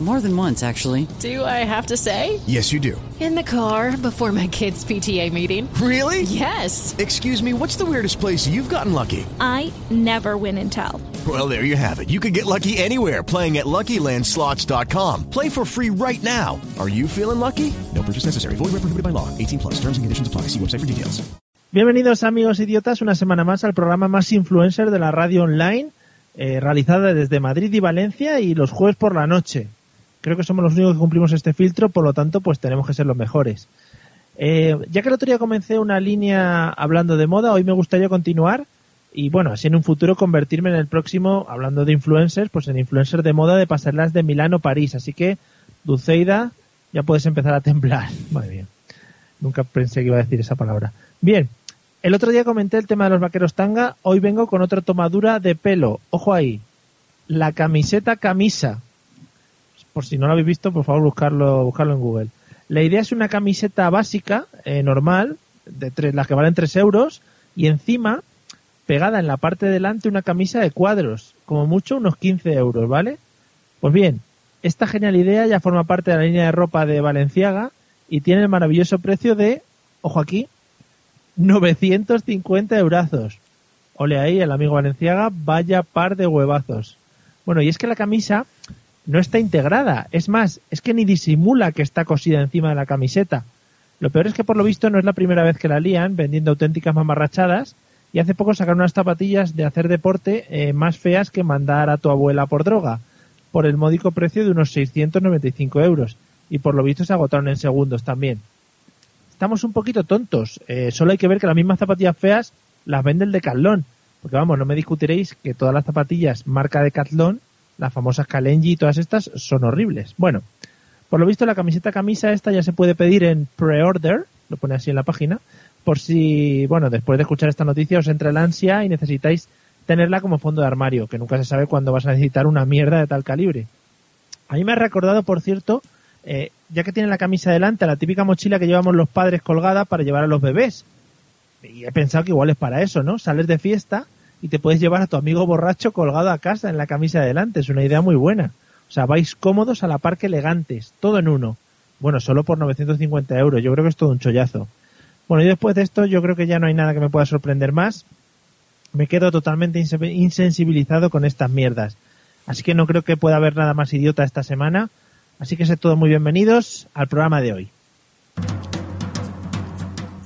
More than once, actually. Do I have to say? Yes, you do. In the car before my kids' PTA meeting. Really? Yes. Excuse me, what's the weirdest place you've gotten lucky? I never win and tell. Well, there you have it. You can get lucky anywhere playing at LuckyLandSlots.com. Play for free right now. Are you feeling lucky? No purchase necessary. Void where prohibited by law. 18 plus. Terms and conditions apply. See website for details. Bienvenidos amigos idiotas una semana más al programa más influencer de la radio online, eh, realizada desde Madrid y Valencia y los jueves por la noche. Creo que somos los únicos que cumplimos este filtro, por lo tanto pues tenemos que ser los mejores. Eh, ya que el otro día comencé una línea hablando de moda, hoy me gustaría continuar y bueno, así en un futuro convertirme en el próximo, hablando de influencers, pues en influencer de moda de pasarelas de Milán o París. Así que, Dulceida, ya puedes empezar a temblar. Madre mía. Nunca pensé que iba a decir esa palabra. Bien, el otro día comenté el tema de los vaqueros tanga, hoy vengo con otra tomadura de pelo. Ojo ahí, la camiseta camisa. Por si no lo habéis visto, por favor buscarlo, buscarlo en Google. La idea es una camiseta básica, eh, normal, de tres, las que valen 3 euros, y encima pegada en la parte de delante una camisa de cuadros, como mucho unos 15 euros, ¿vale? Pues bien, esta genial idea ya forma parte de la línea de ropa de Valenciaga y tiene el maravilloso precio de, ojo aquí, 950 eurazos. Ole ahí, el amigo Valenciaga, vaya par de huevazos. Bueno, y es que la camisa no está integrada, es más, es que ni disimula que está cosida encima de la camiseta. Lo peor es que por lo visto no es la primera vez que la lían vendiendo auténticas mamarrachadas y hace poco sacaron unas zapatillas de hacer deporte eh, más feas que mandar a tu abuela por droga, por el módico precio de unos 695 euros, y por lo visto se agotaron en segundos también. Estamos un poquito tontos, eh, solo hay que ver que las mismas zapatillas feas las vende el Decathlon, porque vamos, no me discutiréis que todas las zapatillas marca Decathlon, las famosas Kalenji y todas estas, son horribles. Bueno, por lo visto la camiseta camisa esta ya se puede pedir en pre-order, lo pone así en la página, por si, bueno, después de escuchar esta noticia os entra el ansia y necesitáis tenerla como fondo de armario, que nunca se sabe cuándo vas a necesitar una mierda de tal calibre. A mí me ha recordado, por cierto, eh, ya que tiene la camisa delante, la típica mochila que llevamos los padres colgada para llevar a los bebés. Y he pensado que igual es para eso, ¿no? Sales de fiesta y te puedes llevar a tu amigo borracho colgado a casa en la camisa delante. Es una idea muy buena. O sea, vais cómodos a la par que elegantes, todo en uno. Bueno, solo por 950 euros. Yo creo que es todo un chollazo. Bueno, y después de esto yo creo que ya no hay nada que me pueda sorprender más. Me quedo totalmente insensibilizado con estas mierdas. Así que no creo que pueda haber nada más idiota esta semana. Así que sed todos muy bienvenidos al programa de hoy.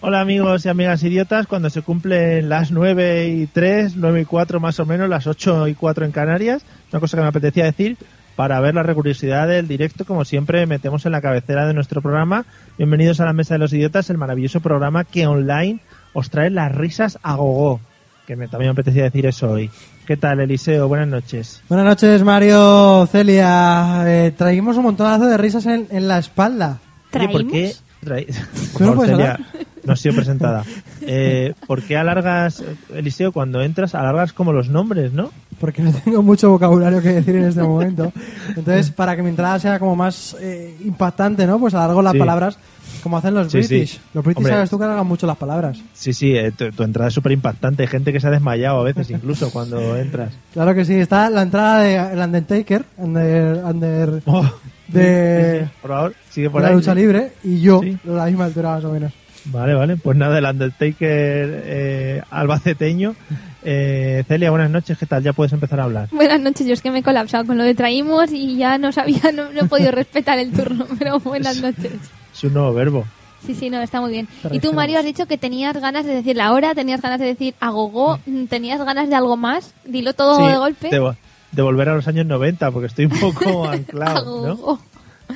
Hola amigos y amigas idiotas, cuando se cumplen las 9 y 3, 9 y 4 más o menos, las 8 y 4 en Canarias, una cosa que me apetecía decir, para ver la recuriosidad del directo, como siempre metemos en la cabecera de nuestro programa, bienvenidos a la Mesa de los Idiotas, el maravilloso programa que online os trae las risas a gogo, que me, también me apetecía decir eso hoy. ¿Qué tal Eliseo? Buenas noches. Buenas noches, Mario, Celia. Eh, traímos un montonazo de risas en, en la espalda. Oye, ¿por qué? ¿Traímos? traí- Por ¿Tú no favor, puedes Celia, hablar? no has sido presentada. Eh, ¿Por qué alargas, Eliseo, cuando entras, alargas como los nombres, no? Porque no tengo mucho vocabulario que decir en este momento. Entonces, para que mi entrada sea como más eh, impactante, ¿no? Pues alargo las Sí. palabras como hacen los Sí, sí. british. Los british Hombre. sabes tú que alargan mucho las palabras. Sí, sí, eh, tu, tu entrada es súper impactante. Hay gente que se ha desmayado a veces incluso cuando entras. Claro que sí, está la entrada de el Undertaker, Under- Under- Oh, de, por favor, sigue de por Eh, la ahí. lucha libre y yo, Sí. a la misma altura más o menos. Vale, vale. Pues nada, el Undertaker eh, albaceteño. Eh, Celia, buenas noches. ¿Qué tal? Ya puedes empezar a hablar. Buenas noches, yo es que me he colapsado con lo de traímos y ya no sabía, no, no he podido respetar el turno, pero buenas noches. Es un nuevo verbo. Sí, sí, no, está muy bien. Pero Y tú, dijéramos. Mario, has dicho que tenías ganas de decir la hora, tenías ganas de decir agogó, mm, tenías ganas de algo más, dilo todo Sí, de golpe. te voy- de volver a los años 90, porque estoy un poco anclado, ¿no? Agogo.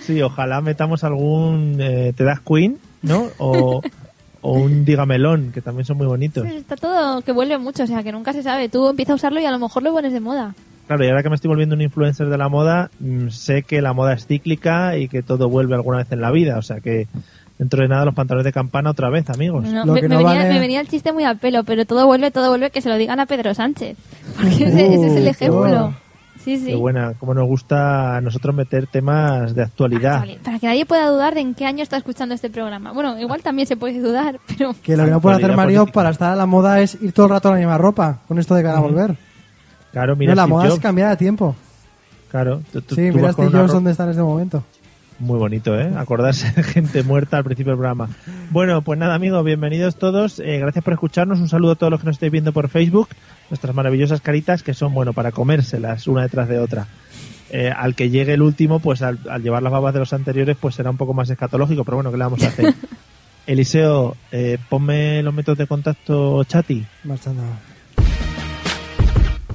Sí, ojalá metamos algún eh, Te das Queen, ¿no? O, o un Digamelón, que también son muy bonitos. Pero Está todo que vuelve mucho, o sea, que nunca se sabe. Tú empiezas a usarlo y a lo mejor lo pones de moda. Claro, y ahora que me estoy volviendo un influencer de la moda, mm, sé que la moda es cíclica y que todo vuelve alguna vez en la vida. O sea que dentro de nada los pantalones de campana otra vez, amigos. No, Lo me, que me no venía, vale- me venía el chiste muy al pelo, pero todo vuelve, todo vuelve, que se lo digan a Pedro Sánchez. Porque ese, ese es el Uh, ejemplo. Sí, sí. Qué buena, como nos gusta a nosotros meter temas de actualidad. Vale, Para que nadie pueda dudar de en qué año está escuchando este programa. Bueno, igual también se puede dudar, pero Que Ah, lo que no puede hacer Actualidad Mario política. para estar a la moda es ir todo el rato a la misma ropa, con esto de cara a volver. Claro, mira no, la Steve moda es Jobs, cambiar a tiempo. Claro, tú- tú- sí, tú mira vas con Steve una Jobs ropa- dónde está en este momento. Muy bonito, ¿eh? Acordarse de gente muerta al principio del programa. Bueno, pues nada, amigos, bienvenidos todos. Eh, gracias por escucharnos. Un saludo a todos los que nos estáis viendo por Facebook. Nuestras maravillosas caritas que son, bueno, para comérselas una detrás de otra. Eh, al que llegue el último, pues al, al llevar las babas de los anteriores, pues será un poco más escatológico, pero bueno, ¿qué le vamos a hacer? Eliseo, eh, ponme los métodos de contacto, Chati. Marchando.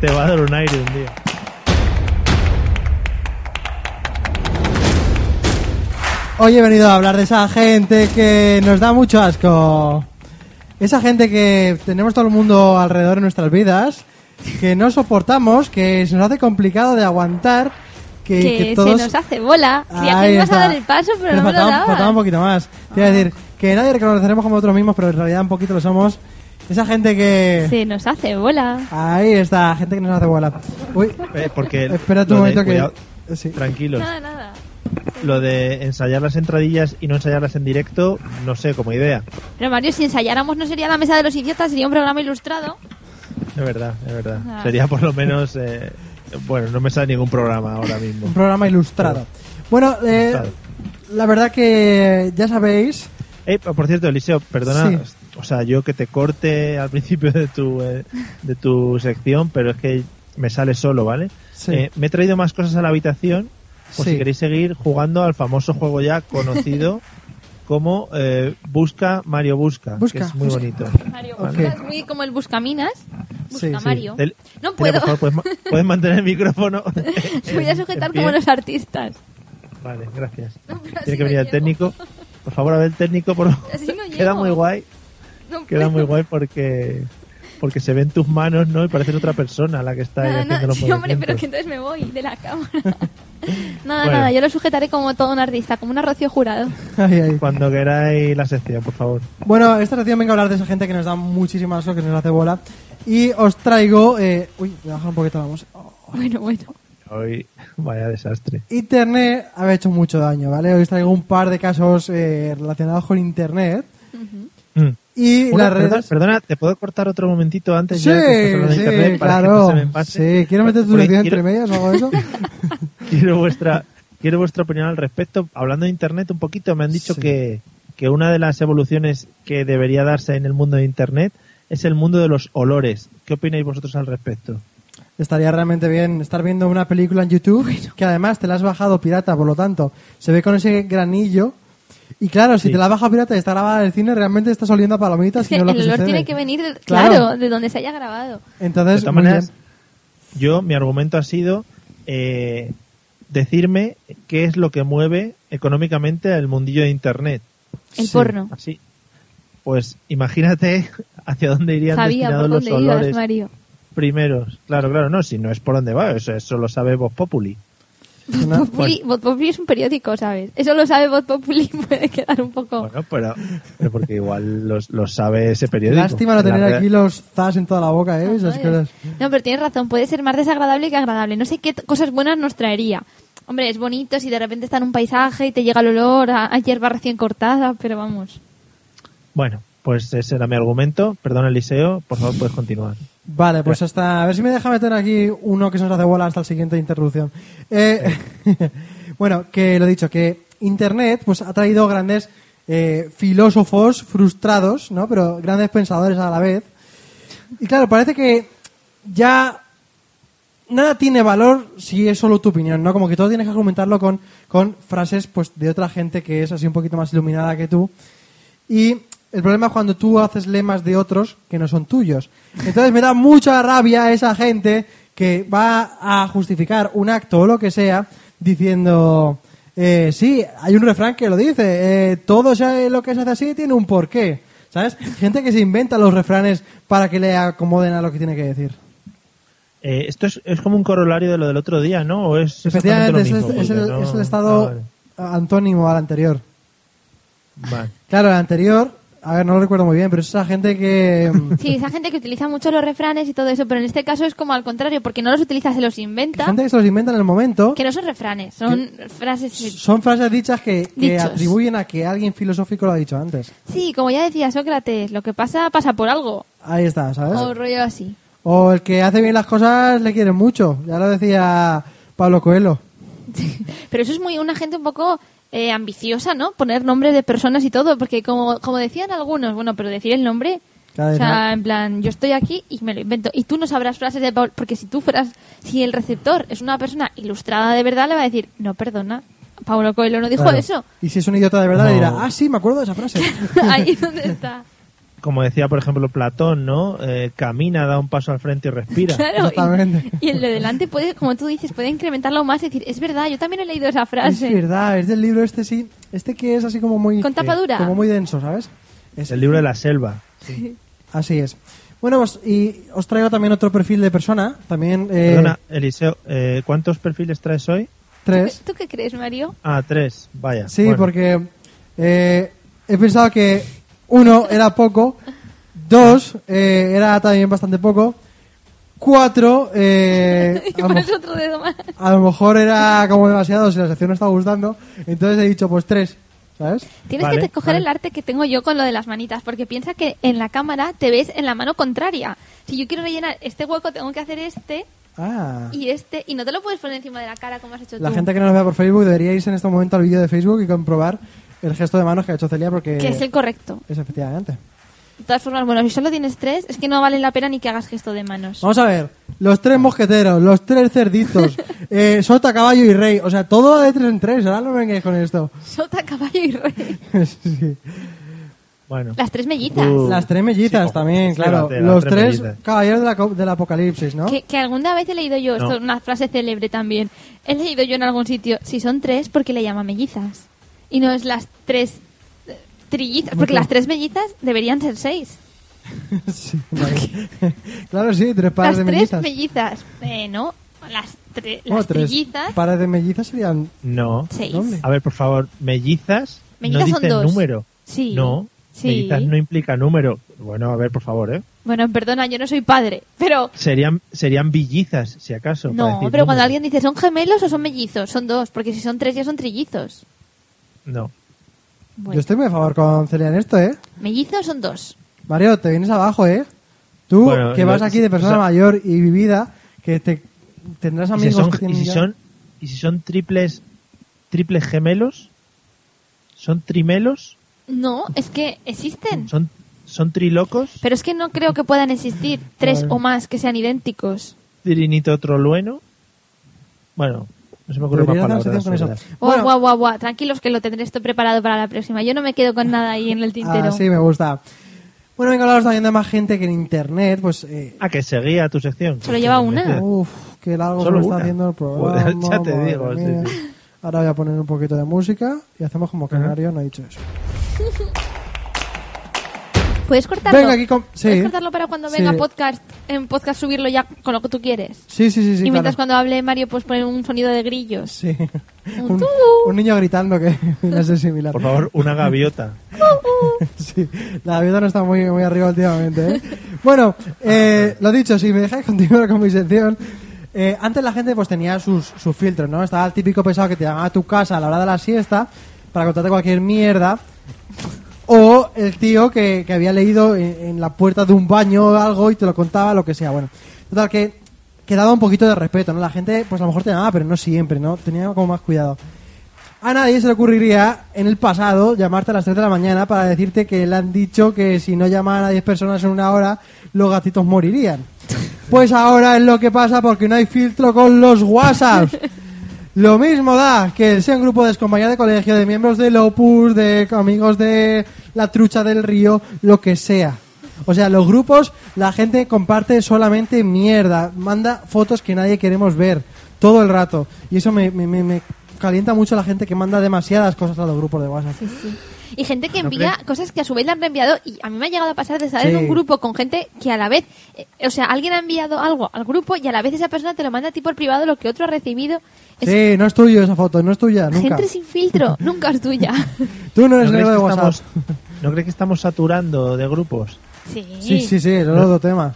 Te va a dar un aire un día. Hoy he venido a hablar de esa gente que nos da mucho asco. Esa gente que tenemos todo el mundo alrededor de nuestras vidas, que no soportamos, que se nos hace complicado de aguantar, que, que, que todos... se nos hace bola. Si Ahí aquí ibas a está. dar el paso, pero, no me lo faltaba, dabas. faltaba un poquito más. Te iba a decir que nadie reconoceremos como nosotros mismos, pero en realidad un poquito lo somos. Esa gente que... Se nos hace bola. Ahí está, gente que nos hace bola. Uy, Eh, porque espérate lo un de- momento que... cuidado, Sí. Tranquilos. Nada, nada. Lo de ensayar las entradillas y no ensayarlas en directo, no sé, como idea. Pero Mario, si ensayáramos no sería la mesa de los idiotas, sería un programa ilustrado. Es verdad, es verdad. Ah. Sería por lo menos... eh, bueno, no me sale ningún programa ahora mismo. Un programa ilustrado. Bueno, eh, Ilustrado. la verdad que ya sabéis... Eh, por cierto, Eliseo, perdona, Sí. o sea, yo que te corte al principio de tu, eh, de tu sección, pero es que me sale solo, ¿vale? Sí. Eh, me he traído más cosas a la habitación, por Sí. si queréis seguir jugando al famoso juego ya conocido como eh, Busca Mario Busca, Busca, que es muy busca. bonito. Mario, Ok. buscas muy como el buscaminas. Busca Sí, sí. Mario. Del- No Tere, puedo. por favor, ¿puedes, ma- puedes mantener el micrófono? Se voy a en- sujetar en pie? como los artistas. Vale, gracias. No, pero así Tiene que no venir el llego. técnico. Por favor, a ver el técnico. Por... favor. Así no Queda llego. muy guay. No Queda puedo. muy guay porque porque se ven tus manos, ¿no? Y parece otra persona la que está ahí Nada, haciendo nada, los sí, hombre, pero movimientos. que entonces me voy de la cámara. nada, Bueno. nada, yo lo sujetaré como todo un artista, como un Rocío Jurado. Ay, ay. Cuando queráis la sección, por favor. Bueno, esta sección vengo a hablar de esa gente que nos da muchísimo asco, que nos hace bola. Y os traigo... eh, uy, voy a bajar un poquito la música. Bueno, bueno. Hoy, vaya desastre. Internet ha hecho mucho daño, ¿vale? Hoy os traigo un par de casos eh, relacionados con Internet. Mm. Y Una- las redes... perdona, perdona, ¿te puedo cortar otro momentito antes? Sí, ya que estás hablando de sí, internet, para que no claro. se me pase? Sí, ¿quieres meter tu Porque sección quiero- entre medias o algo de eso? quiero vuestra quiero vuestra opinión al respecto hablando de internet un poquito me han dicho Sí. que, que una de las evoluciones que debería darse en el mundo de internet es el mundo de los olores qué opináis vosotros al respecto Estaría realmente bien estar viendo una película en YouTube que además te la has bajado pirata, por lo tanto, se ve con ese granillo. Y claro, si Sí. te la has bajado pirata y está grabada en el cine, realmente estás oliendo a palomitas. Es que y no el lo que olor sucede. tiene que venir, de- Claro. claro. de donde se haya grabado. de Entonces, todas muy maneras bien. yo mi argumento ha sido eh, decirme qué es lo que mueve económicamente al mundillo de internet El Sí. porno. así pues imagínate hacia dónde irían Sabía por destinados los dónde ibas, olores Mario. primeros claro claro no si no es por dónde va eso, eso lo sabe Voz Populi Pues, Una- Populi, Voz Populi es un periódico, ¿sabes? Eso lo sabe Voz Populi, puede quedar un poco... Bueno, pero, pero porque igual los- lo sabe ese periódico. Lástima no La tener verdad- aquí los zas en toda la boca, Ah, ¿eh? Esas cosas. No, pero tienes razón, puede ser más desagradable que agradable. No sé qué t- cosas buenas nos traería. Hombre, es bonito si de repente está en un paisaje y te llega el olor a, a hierba recién cortada, pero vamos. Bueno, Pues ese era mi argumento. Perdón, Eliseo, por favor, puedes continuar. Vale, pues hasta. A ver si me deja meter aquí uno que se nos hace bola hasta la siguiente interrupción. Eh, bueno, que lo dicho, que Internet pues ha traído grandes eh, filósofos frustrados, ¿no? Pero grandes pensadores a la vez. Y claro, parece que ya nada tiene valor si es solo tu opinión, ¿no? Como que todo tienes que argumentarlo con, con frases pues de otra gente que es así un poquito más iluminada que tú. Y el problema es cuando tú haces lemas de otros que no son tuyos. Entonces me da mucha rabia esa gente que va a justificar un acto o lo que sea diciendo, eh, sí, hay un refrán que lo dice, eh, todo se- lo que se hace así tiene un porqué. ¿Sabes? Gente que se inventa los refranes para que le acomoden a lo que tiene que decir. Eh, esto es, es como un corolario de lo del otro día, ¿no? ¿O es exactamente lo Efectivamente, es, mismo? es Porque el, no- es el estado Ah, vale. antónimo al anterior. Vale. Claro, el anterior, a ver, no lo recuerdo muy bien, pero es esa gente que... mm, Sí, esa gente que utiliza mucho los refranes y todo eso, pero en este caso es como al contrario, porque no los utiliza, se los inventa. gente que se los inventa en el momento. Que no son refranes, son frases. Son frases dichas que, que Dichos. atribuyen a que alguien filosófico lo ha dicho antes. Sí, como ya decía Sócrates, lo que pasa pasa por algo. Ahí está, ¿sabes? O rollo así. O el que hace bien las cosas le quieren mucho. Ya lo decía Pablo Coelho. Pero eso es muy una gente un poco eh, ambiciosa, ¿no? Poner nombres de personas y todo, porque como, como decían algunos, bueno, pero decir el nombre, Claro, o sea, ¿no? en plan, yo estoy aquí y me lo invento. Y tú no sabrás frases de Paul, porque si tú fueras, si el receptor es una persona ilustrada de verdad, le va a decir, no, perdona, Pablo Coelho no dijo Claro. eso. Y si es un idiota de verdad, le dirá, No. ah, sí, me acuerdo de esa frase. Ahí es donde está. Como decía, por ejemplo, Platón, ¿no? Eh, camina, da un paso al frente y respira. Claro, Exactamente. y, y el de delante puede, como tú dices, puede incrementarlo más y decir, es verdad, yo también he leído esa es frase. verdad, es del libro este, sí. Este que es así como muy... Con tapa dura. Como muy denso, ¿sabes? Es el libro de la selva. Así es. Bueno, pues, y os traigo también otro perfil de persona. También eh, Perdona, Eliseo, eh, ¿cuántos perfiles traes hoy? tres. ¿Tú qué crees, Mario? Ah, tres, vaya. Sí, Bueno, porque eh, he pensado que uno era poco, dos eh, era también bastante poco, cuatro eh, Y a, lo, pones mo- otro dedo más. a lo mejor era como demasiado si la sección no estaba gustando, entonces he dicho pues tres, ¿sabes? Tienes Vale, que escoger vale. el arte que tengo yo con lo de las manitas, porque piensa que en la cámara te ves en la mano contraria. Si yo quiero rellenar este hueco, tengo que hacer este Ah. y este, y no te lo puedes poner encima de la cara como has hecho La tú. gente que no nos vea por Facebook debería irse en este momento al vídeo de Facebook y comprobar el gesto de manos que ha hecho Celia porque Que es el correcto. es efectivamente. De todas formas, bueno, si solo tienes tres, es que no vale la pena ni que hagas gesto de manos. Vamos a ver, los tres mosqueteros, los tres cerditos, eh, Sota, Caballo y Rey, o sea, todo de tres en tres, ahora no me vengáis con esto. Sota, caballo y rey. Sí. Bueno, Las tres mellitas. Uh, Las tres mellizas Sí, también, sí, claro, las de- las los tres tres mellizas. caballeros de la co- del apocalipsis, ¿no? Que, que alguna vez he leído yo, esto No. es una frase célebre también, he leído yo en algún sitio, si son tres, porque le llama mellizas? Y no es las tres eh, trillizas, porque las tres mellizas deberían ser seis. Sí, vale. claro, sí, tres pares Las de tres mellizas. mellizas. Eh, no, las, tre- Bueno, las tres trillizas, pares de mellizas serían... no. seis. doble. A ver, por favor, mellizas, Mellizas no son dicen dos. número. Sí. No, Sí. mellizas no implica número. Bueno, a ver, por favor, ¿eh? Bueno, perdona, yo no soy padre, pero... Serían, serían villizas, si acaso. para No, decir pero cuando número. alguien dice, ¿son gemelos o son mellizos? Son dos, porque si son tres ya son trillizos. No. Bueno, Yo estoy muy a favor con Celia en esto, ¿eh? mellizos son dos. Mario, te vienes abajo, ¿eh? Tú, Bueno, que lo- vas aquí de persona o sea- mayor y vivida, que te tendrás ¿Y amigos si, son, que y tienen si ya- son- y si son triples triples gemelos? ¿Son trimelos? No, es que existen. ¿Son, son trilocos? Pero es que no creo que puedan existir tres Vale. o más que sean idénticos. ¿Trinito trolueno? Bueno, no se me ocurre más Deberías dar palabras. sección con eso. ¿verdad? Oh, Guau, Bueno. guau, guau, guau. Tranquilos que lo tendré esto preparado para la próxima. Yo no me quedo con nada ahí en el tintero. Ah, sí, me gusta. Bueno, venga, hablamos también de más gente que en internet, pues... Eh, Ah, que seguía tu sección. Solo lleva una. uf, qué largo se Solo me está una. haciendo el programa. Joder, ya te madre digo, sí, mía. sí. Ahora voy a poner un poquito de música y hacemos como que Mario no ha dicho eso. ¿Puedes cortarlo? Venga, aquí con- sí. ¿Puedes cortarlo para cuando venga Sí. podcast, en podcast subirlo ya con lo que tú quieres? Sí, sí, sí, sí. y mientras claro. cuando hable Mario, pues poner un sonido de grillos. Sí. Un Un, tú. un niño gritando que no es similar. Por favor, una gaviota. Sí, la vida no está muy, muy arriba últimamente. ¿eh? bueno, eh, lo dicho, si me dejáis continuar con mi sección. eh, antes la gente pues tenía sus, sus filtros, ¿no? Estaba el típico pesado que te llamaba a tu casa a la hora de la siesta para contarte cualquier mierda. O el tío que, que había leído en, en la puerta de un baño o algo y te lo contaba, lo que sea. Bueno, total, que, que daba un poquito de respeto, ¿no? La gente, pues a lo mejor te llamaba, pero no siempre, ¿no? Tenía como más cuidado. A nadie se le ocurriría en el pasado llamarte a las 3 de la mañana para decirte que le han dicho que si no llamaban a 10 personas en una hora, los gatitos morirían. Pues ahora es lo que pasa porque no hay filtro con los WhatsApps. Lo mismo da que sea un grupo de compañía de colegio, de miembros del Opus, de amigos de la trucha del río, lo que sea. O sea, los grupos, la gente comparte solamente mierda, manda fotos que nadie queremos ver todo el rato. Y eso me, me- me- me calienta mucho la gente que manda demasiadas cosas a los grupos de WhatsApp. Sí, sí. Y gente Ah, que envía cosas que a su vez le han reenviado y a mí me ha llegado a pasar de estar en Sí. un grupo con gente que a la vez, eh, o sea, alguien ha enviado algo al grupo y a la vez esa persona te lo manda a ti por privado lo que otro ha recibido. Es Sí, no es tuyo esa foto, no es tuya, nunca. gente sin filtro, nunca es tuya. Tú no ¿No crees eres negro de que WhatsApp. estamos- ¿No crees que estamos saturando de grupos? Sí. Sí, sí, sí, eso es otro tema.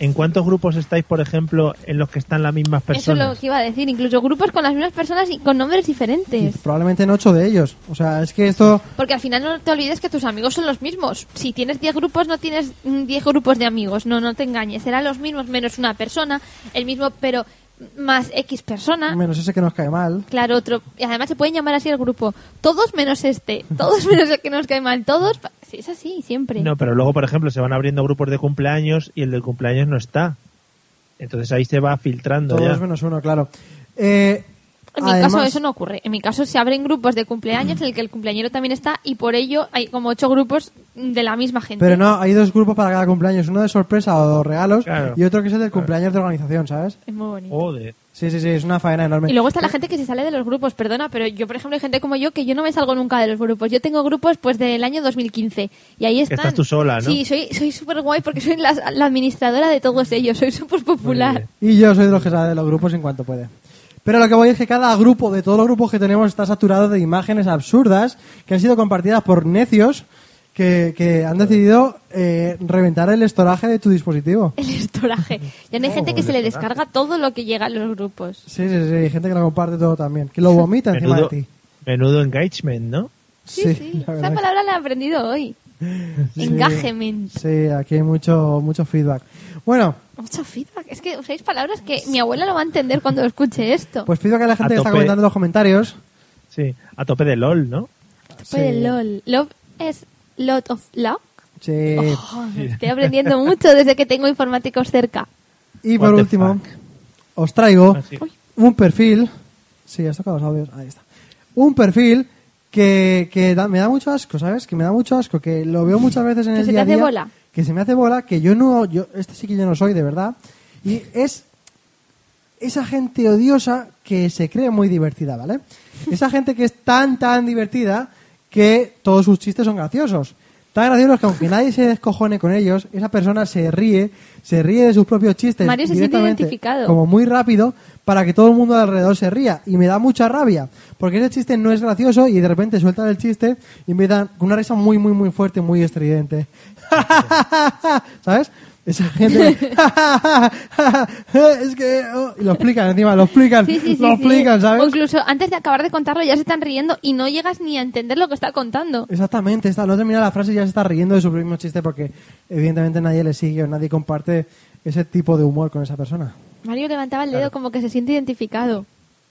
¿En cuántos grupos estáis, por ejemplo, en los que están las mismas Eso es personas? lo que iba a decir, incluso grupos con las mismas personas y con nombres diferentes. Probablemente en ocho de ellos. O sea, es que esto... Porque al final no te olvides que tus amigos son los mismos. Si tienes 10 grupos, no tienes mm, 10 grupos de amigos. No, no te engañes. Serán los mismos menos una persona, el mismo, pero más X persona. Menos ese que nos cae mal. Claro, otro. Y además se pueden llamar así al grupo. Todos menos este. Todos menos el que nos cae mal. Todos. pa- Sí, es así, siempre. No, pero luego, por ejemplo, se van abriendo grupos de cumpleaños y el del cumpleaños no está. Entonces ahí se va filtrando Todos ya. menos uno, claro. Eh, en mi además- caso eso no ocurre. En mi caso se abren grupos de cumpleaños en el que el cumpleañero también está y por ello hay como ocho grupos de la misma gente. Pero no, hay dos grupos para cada cumpleaños, uno de sorpresa o regalos Claro. y otro que es el del cumpleaños de organización, ¿sabes? Es muy bonito. Joder. Sí, sí, sí, es una faena enorme. Y luego está la gente que se sale de los grupos, perdona, pero yo, por ejemplo, hay gente como yo que yo no me salgo nunca de los grupos. Yo tengo grupos pues del año 2015 y ahí están. estás tú sola, ¿no? Sí, soy soy súper guay porque soy la, la administradora de todos ellos, soy súper popular. Y yo soy de los que sale de los grupos en cuanto puede. Pero lo que voy es que cada grupo, de todos los grupos que tenemos, está saturado de imágenes absurdas que han sido compartidas por necios que, que han decidido eh, reventar el estoraje de tu dispositivo. El estoraje. Ya no hay gente que se le descarga todo lo que llega a los grupos. Sí, sí, sí, hay gente que lo comparte todo también, que lo vomita encima de Menudo, ti. menudo engagement, ¿no? Sí, Sí, sí. la verdad Esa que- palabra la he aprendido hoy. Engagement. Sí, aquí hay mucho, mucho feedback. Bueno, Mucho feedback. Es que usáis palabras que mi abuela lo va a entender cuando escuche esto. pues feedback a la gente A que está tope. comentando en los comentarios. Sí, a tope de LOL, ¿no? Puede sí. LOL. Love es lot of love. Sí. Oh, Joder, Oh, Estoy aprendiendo mucho desde que tengo informáticos cerca. Y por What the último, fuck. os traigo Ah, sí. Uy. un perfil. Sí, has tocado los audios. Ahí está. Un perfil que, que da- me da mucho asco, ¿sabes? Que me da mucho asco, que lo veo muchas veces en Que el se te día a hace día, bola. Que se me hace bola, que yo no. yo Este sí que yo no soy, de verdad. Y es esa gente odiosa que se cree muy divertida, ¿vale? Esa gente que es tan, tan divertida que todos sus chistes son graciosos. Tan graciosos que aunque nadie se descojone con ellos, esa persona se ríe, se ríe de sus propios chistes. Mario se siente directamente, identificado. Como muy rápido para que todo el mundo de alrededor se ría. Y me da mucha rabia, porque ese chiste no es gracioso y de repente sueltan el chiste y me dan una risa muy, muy, muy fuerte, muy estridente. ¿Sabes? Esa gente. es que. oh, y lo explican encima, lo explican. Sí, sí, sí. lo sí. explican, O ¿sabes? incluso antes de acabar de contarlo ya se están riendo y no llegas ni a entender lo que está contando. Exactamente, está, no termina la frase y ya se está riendo de su mismo chiste porque, evidentemente, nadie le sigue o nadie comparte ese tipo de humor con esa persona. Mario levantaba el dedo como que se siente identificado.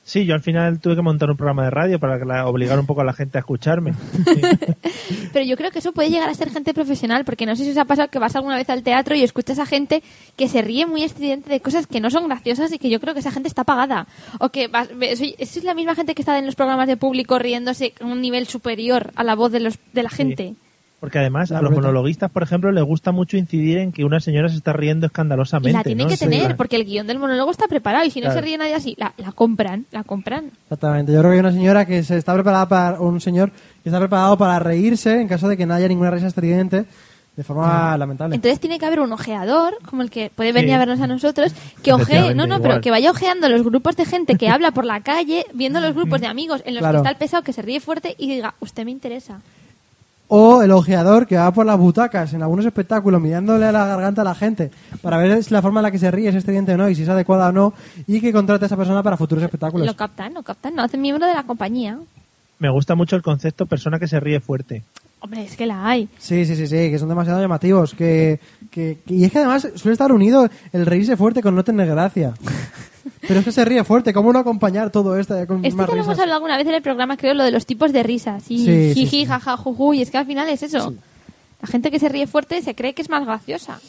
Sí, yo al final tuve que montar un programa de radio para que la- obligar un poco a la gente a escucharme. Sí. Pero yo creo que eso puede llegar a ser gente profesional, porque no sé si os ha pasado que vas alguna vez al teatro y escuchas a gente que se ríe muy estridente de cosas que no son graciosas y que yo creo que esa gente está pagada. O que vas- ves- oye, eso es la misma gente que está en los programas de público riéndose a un nivel superior a la voz de, los, de la gente. Porque además La a los ruleta. monologuistas, por ejemplo, les gusta mucho incidir en que una señora se está riendo Y escandalosamente. la tienen ¿no? que Sí, tener, la- porque el guión del monólogo está preparado y si no Claro. se ríe nadie así, la, la compran, la compran. Exactamente, yo creo que hay una señora que se está preparada para. o un señor que está preparado para reírse en caso de que no haya ninguna risa estridente de forma lamentable. Entonces tiene que haber un ojeador, como el que puede venir Sí. a vernos a nosotros, que ojee, Efectivamente, no, no, igual. pero que vaya ojeando los grupos de gente que habla por la calle, viendo los grupos de amigos en los Claro. que está el pesado que se ríe fuerte y diga, usted me interesa. O el ojeador que va por las butacas en algunos espectáculos mirándole a la garganta a la gente para ver si la forma en la que se ríe es estridente o no y si es adecuada o no y que contrate a esa persona para futuros espectáculos. Lo captan, lo captan, no hacen miembro de la compañía. Me gusta mucho el concepto persona que se ríe fuerte. Hombre, es que la hay. Sí, sí, sí, sí, que son demasiado llamativos. Que, que- que- y es que además suele estar unido el reírse fuerte con no tener gracia. Pero es que se ríe fuerte. ¿Cómo no acompañar todo esto con Esto más ya Este lo hemos risas? hablado alguna vez en el programa, creo, lo de los tipos de risas. Y Sí, sí, jiji, sí. jaja, juju, y es que al final es eso. La gente que se ríe fuerte se cree que es más graciosa.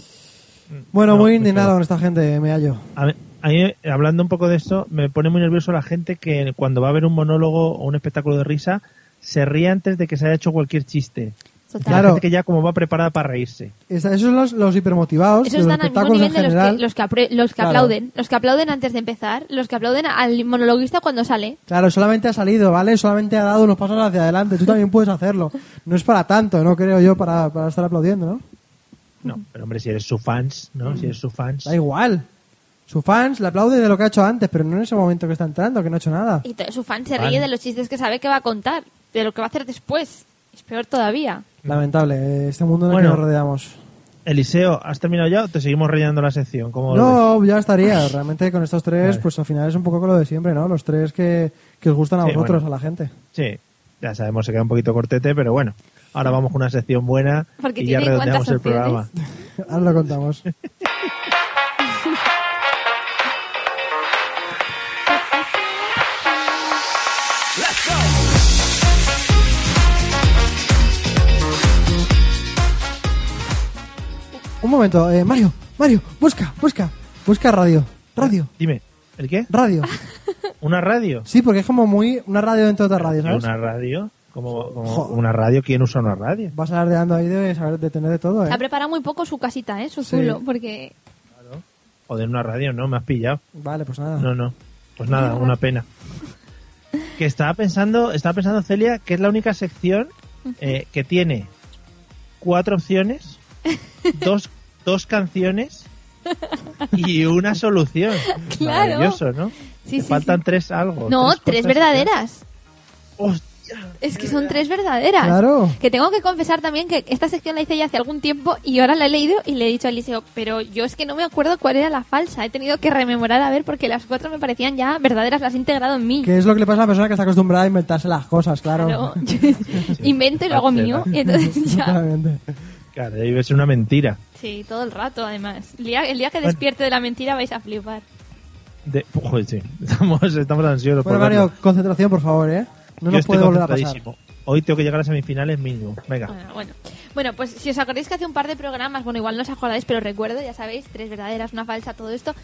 Bueno, No, muy muy indignado feo. con esta gente, me hallo. A mí, a mí, hablando un poco de esto, me pone muy nervioso la gente que cuando va a ver un monólogo o un espectáculo de risa, se ríe antes de que se haya hecho cualquier chiste. Total. La Claro. gente que ya como va preparada para reírse. Esa- Esos son los, los hipermotivados. Eso de los están al mismo espectáculos nivel de en los general. que, los que, apre- los que Claro. aplauden. Los que aplauden antes de empezar, los que aplauden al monologuista cuando sale. Claro, solamente ha salido, ¿vale? Solamente ha dado unos pasos hacia adelante. Tú también puedes hacerlo. No es para tanto, no creo yo, para, para estar aplaudiendo, ¿no? No, pero hombre, si eres su fans, ¿no? Si eres su fans. Da igual. Sus fans le aplauden de lo que ha hecho antes, pero no en ese momento que está entrando, que no ha hecho nada. Y t- su fan se Fan. ríe de los chistes que sabe que va a contar, de lo que va a hacer después. Es peor todavía. Lamentable, eh, este mundo en el Bueno. que nos rodeamos. Eliseo, ¿has terminado ya o te seguimos rellenando la sección? ¿Cómo lo ves? No, ya estaría. Realmente con estos tres, Vale. pues al final es un poco con lo de siempre, ¿no? Los tres que, que os gustan a Sí, vosotros, bueno. a la gente. Sí, ya sabemos, se queda un poquito cortete, pero bueno. Ahora vamos con una sección buena Porque y ya tiene redondeamos cuantas el programa. Ahora lo contamos. Un momento, eh, Mario, Mario, busca, busca, busca radio, radio, Dime, ¿el qué? radio. ¿Una radio? Sí, porque es como muy una radio dentro de otra radio, ¿sabes? ¿Una radio? ¿Cómo, cómo Joder. una radio? ¿Quién usa una radio? Vas alardeando ahí de saber de tener de todo, ¿eh? Ha preparado muy poco su casita, ¿eh? su Sí. zulo, porque Joder, una radio, no, me has pillado. Vale, pues Ah. nada. No, no. Pues nada, una pena. Que estaba pensando, estaba pensando Celia, que es la única sección eh, que tiene cuatro opciones, dos, dos canciones y una solución. Claro. Maravilloso, ¿no? Sí, Te sí, faltan sí. tres algo. No, cortas tres opciones. verdaderas. Hostia. Es que son tres verdaderas. Claro. Que tengo que confesar también que esta sección la hice ya hace algún tiempo y ahora la he leído y le he dicho a Eliseo, pero yo es que no me acuerdo cuál era la falsa. He tenido que rememorar a ver porque las cuatro me parecían ya verdaderas, las he integrado en mí. Que es lo que le pasa a la persona que está acostumbrada a inventarse las cosas, claro. Claro. Invento y lo hago mío. Y entonces ya. Totalmente. Claro, debe ser una mentira. Sí, todo el rato además. El día, el día que despierte de la mentira vais a flipar. De... Joder, sí. Estamos, estamos ansiosos Bueno, por verlo. Mario, concentración, por favor, ¿eh? No Yo nos estoy puede volver a pasar. concentradísimo. Hoy tengo que llegar a semifinales mínimo. Venga. Bueno, bueno. Bueno, pues si os acordáis que hace un par de programas, bueno, igual no os acordáis, pero recuerdo, ya sabéis, tres verdaderas, una falsa, todo esto.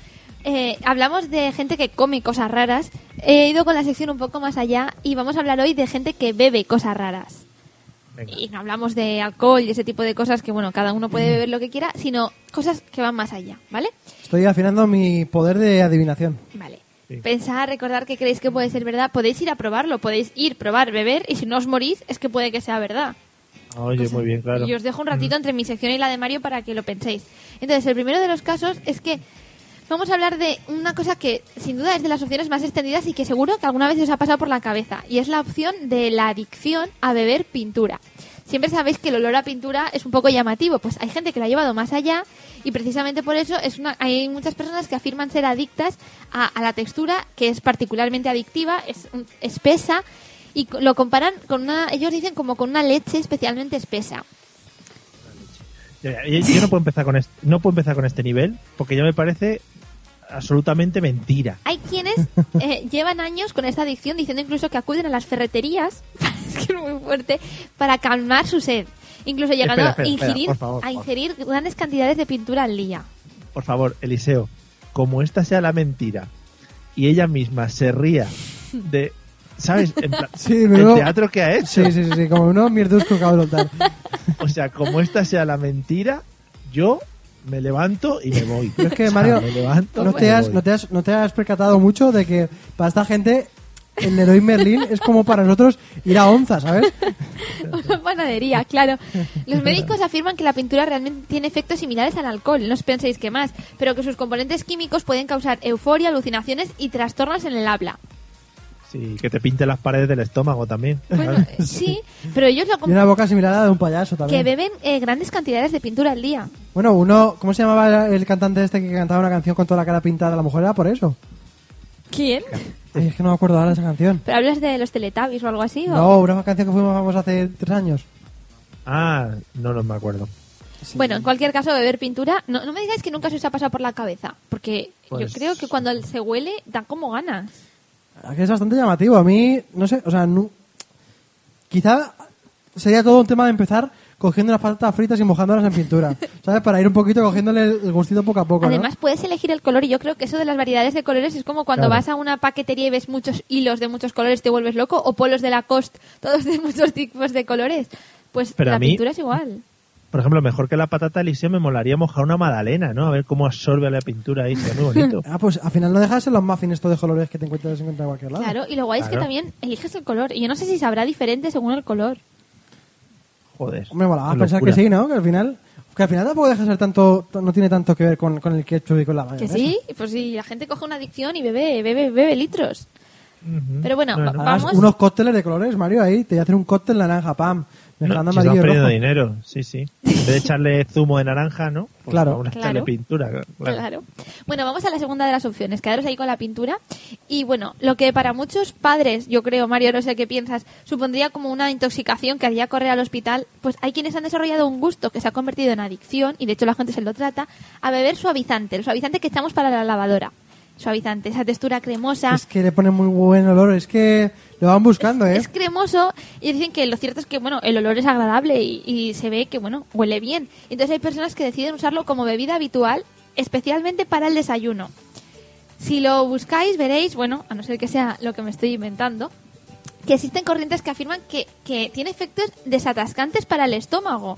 eh, hablamos de gente que come cosas raras. He ido con la sección un poco más allá y vamos a hablar hoy de gente que bebe cosas raras. venga. Y no hablamos de alcohol y ese tipo de cosas que, bueno, cada uno puede beber lo que quiera, sino cosas que van más allá, ¿vale? Estoy afinando mi poder de adivinación. Vale. Sí. Pensad, recordar que creéis que puede ser verdad. Podéis ir a probarlo, podéis ir, probar, beber y si no os morís es que puede que sea verdad. Oye, muy bien, claro. Pues Y os dejo un ratito entre mi sección y la de Mario para que lo penséis. Entonces, el primero de los casos es que vamos a hablar de una cosa que sin duda es de las opciones más extendidas y que seguro que alguna vez os ha pasado por la cabeza. Y es la opción de la adicción a beber pintura. Siempre sabéis que el olor a pintura es un poco llamativo. Pues hay gente que lo ha llevado más allá y precisamente por eso es una, hay muchas personas que afirman ser adictas a, a la textura que es particularmente adictiva, es un- espesa y co- lo comparan con una, ellos dicen como con una leche especialmente espesa. Yo, yo- yo no puedo empezar con este, no puedo empezar con este nivel porque ya me parece absolutamente mentira. Hay quienes eh, llevan años con esta adicción diciendo incluso que acuden a las ferreterías, es que es muy fuerte, para calmar su sed. Incluso llegando Espera, espera, a, espera, ingerir, por favor, a por- ingerir grandes cantidades de pintura al día. Por favor, Eliseo, como esta sea la mentira y ella misma se ría de, ¿sabes? En plan, Sí, el luego- teatro que ha hecho. Sí, sí, sí, sí, como uno mierdusco cabrón tal. O sea, como esta sea la mentira, yo me levanto y me voy. Pero es que, O sea, Mario, me levanto ¿No y te, me has, voy. no, te has, ¿No te has percatado mucho de que para esta gente el Leroy Merlin es como para nosotros ir a onza, ¿sabes? Una panadería, claro. Los médicos afirman que la pintura realmente tiene efectos similares al alcohol, no os penséis que más, pero que sus componentes químicos pueden causar euforia, alucinaciones y trastornos en el habla. Sí, que te pinte las paredes del estómago también. Bueno, eh, sí, pero ellos lo Y una comparan boca similar a la de un payaso que también. beben eh, grandes cantidades de pintura al día. Bueno, uno, ¿cómo se llamaba el cantante este que cantaba una canción con toda la cara pintada? A lo mejor era por eso. ¿Quién? Ay, es que no me acuerdo ahora de esa canción. ¿Pero hablas de los Teletubbies o algo así? o- No, una canción que fuimos famosos hace tres años. Ah, no, no me acuerdo. Bueno, en cualquier caso, beber pintura. No, no me digáis que nunca se os ha pasado por la cabeza, porque Pues- yo creo que cuando se huele, dan como ganas. Ah, que es bastante llamativo. A mí, no sé, o sea, nu- quizá sería todo un tema de empezar cogiendo las patatas fritas y mojándolas en pintura, ¿sabes? Para ir un poquito cogiéndole el gustito poco a poco, ¿no? Además, puedes elegir el color y yo creo que eso de las variedades de colores es como cuando Claro. vas a una paquetería y ves muchos hilos de muchos colores, te vuelves loco, o polos de Lacoste, todos de muchos tipos de colores. Pues Pero la a mí- pintura es igual. Por ejemplo, mejor que la patata Eliseo me molaría mojar una magdalena, ¿no? A ver cómo absorbe la pintura ahí, sería muy bonito. Ah, pues al final no dejas en los muffins estos de colores que te encuentras en cualquier lado. Claro, y lo guay es que Ah, Claro. también eliges el color. Y yo no sé si sabrá diferente según el color. Joder. Hombre, molaba qué pensar que locura. sí, ¿no? Que al final, que al final tampoco deja de ser tanto, no tiene tanto que ver con, con el ketchup y con la Que mayonesa. sí, pues si la gente coge una adicción y bebe, bebe, bebe litros. Ujú. Pero bueno, va- Además, vamos. unos cócteles de colores, Mario, ahí te hacen un cóctel naranja, pam, No, mezclando si estamos amarillo y perdiendo rojo. dinero, sí, sí. En vez de echarle zumo de naranja, ¿no? Pues Claro. Vamos a echarle Claro. pintura. claro. Claro. Bueno, vamos a la segunda de las opciones. Quedaros ahí con la pintura. Y bueno, lo que para muchos padres, yo creo, Mario, no sé qué piensas, supondría como una intoxicación que haría correr al hospital, pues hay quienes han desarrollado un gusto que se ha convertido en adicción, y de hecho la gente se lo trata, a beber suavizante, el suavizante que echamos para la lavadora. Suavizante, esa textura cremosa. Es que le ponen muy buen olor, es que lo van buscando, ¿eh? Es cremoso y dicen que lo cierto es que, bueno, el olor es agradable y, y se ve que, bueno, huele bien. Entonces hay personas que deciden usarlo como bebida habitual, especialmente para el desayuno. Si lo buscáis, veréis, bueno, a no ser que sea lo que me estoy inventando, que existen corrientes que afirman que, que tiene efectos desatascantes para el estómago.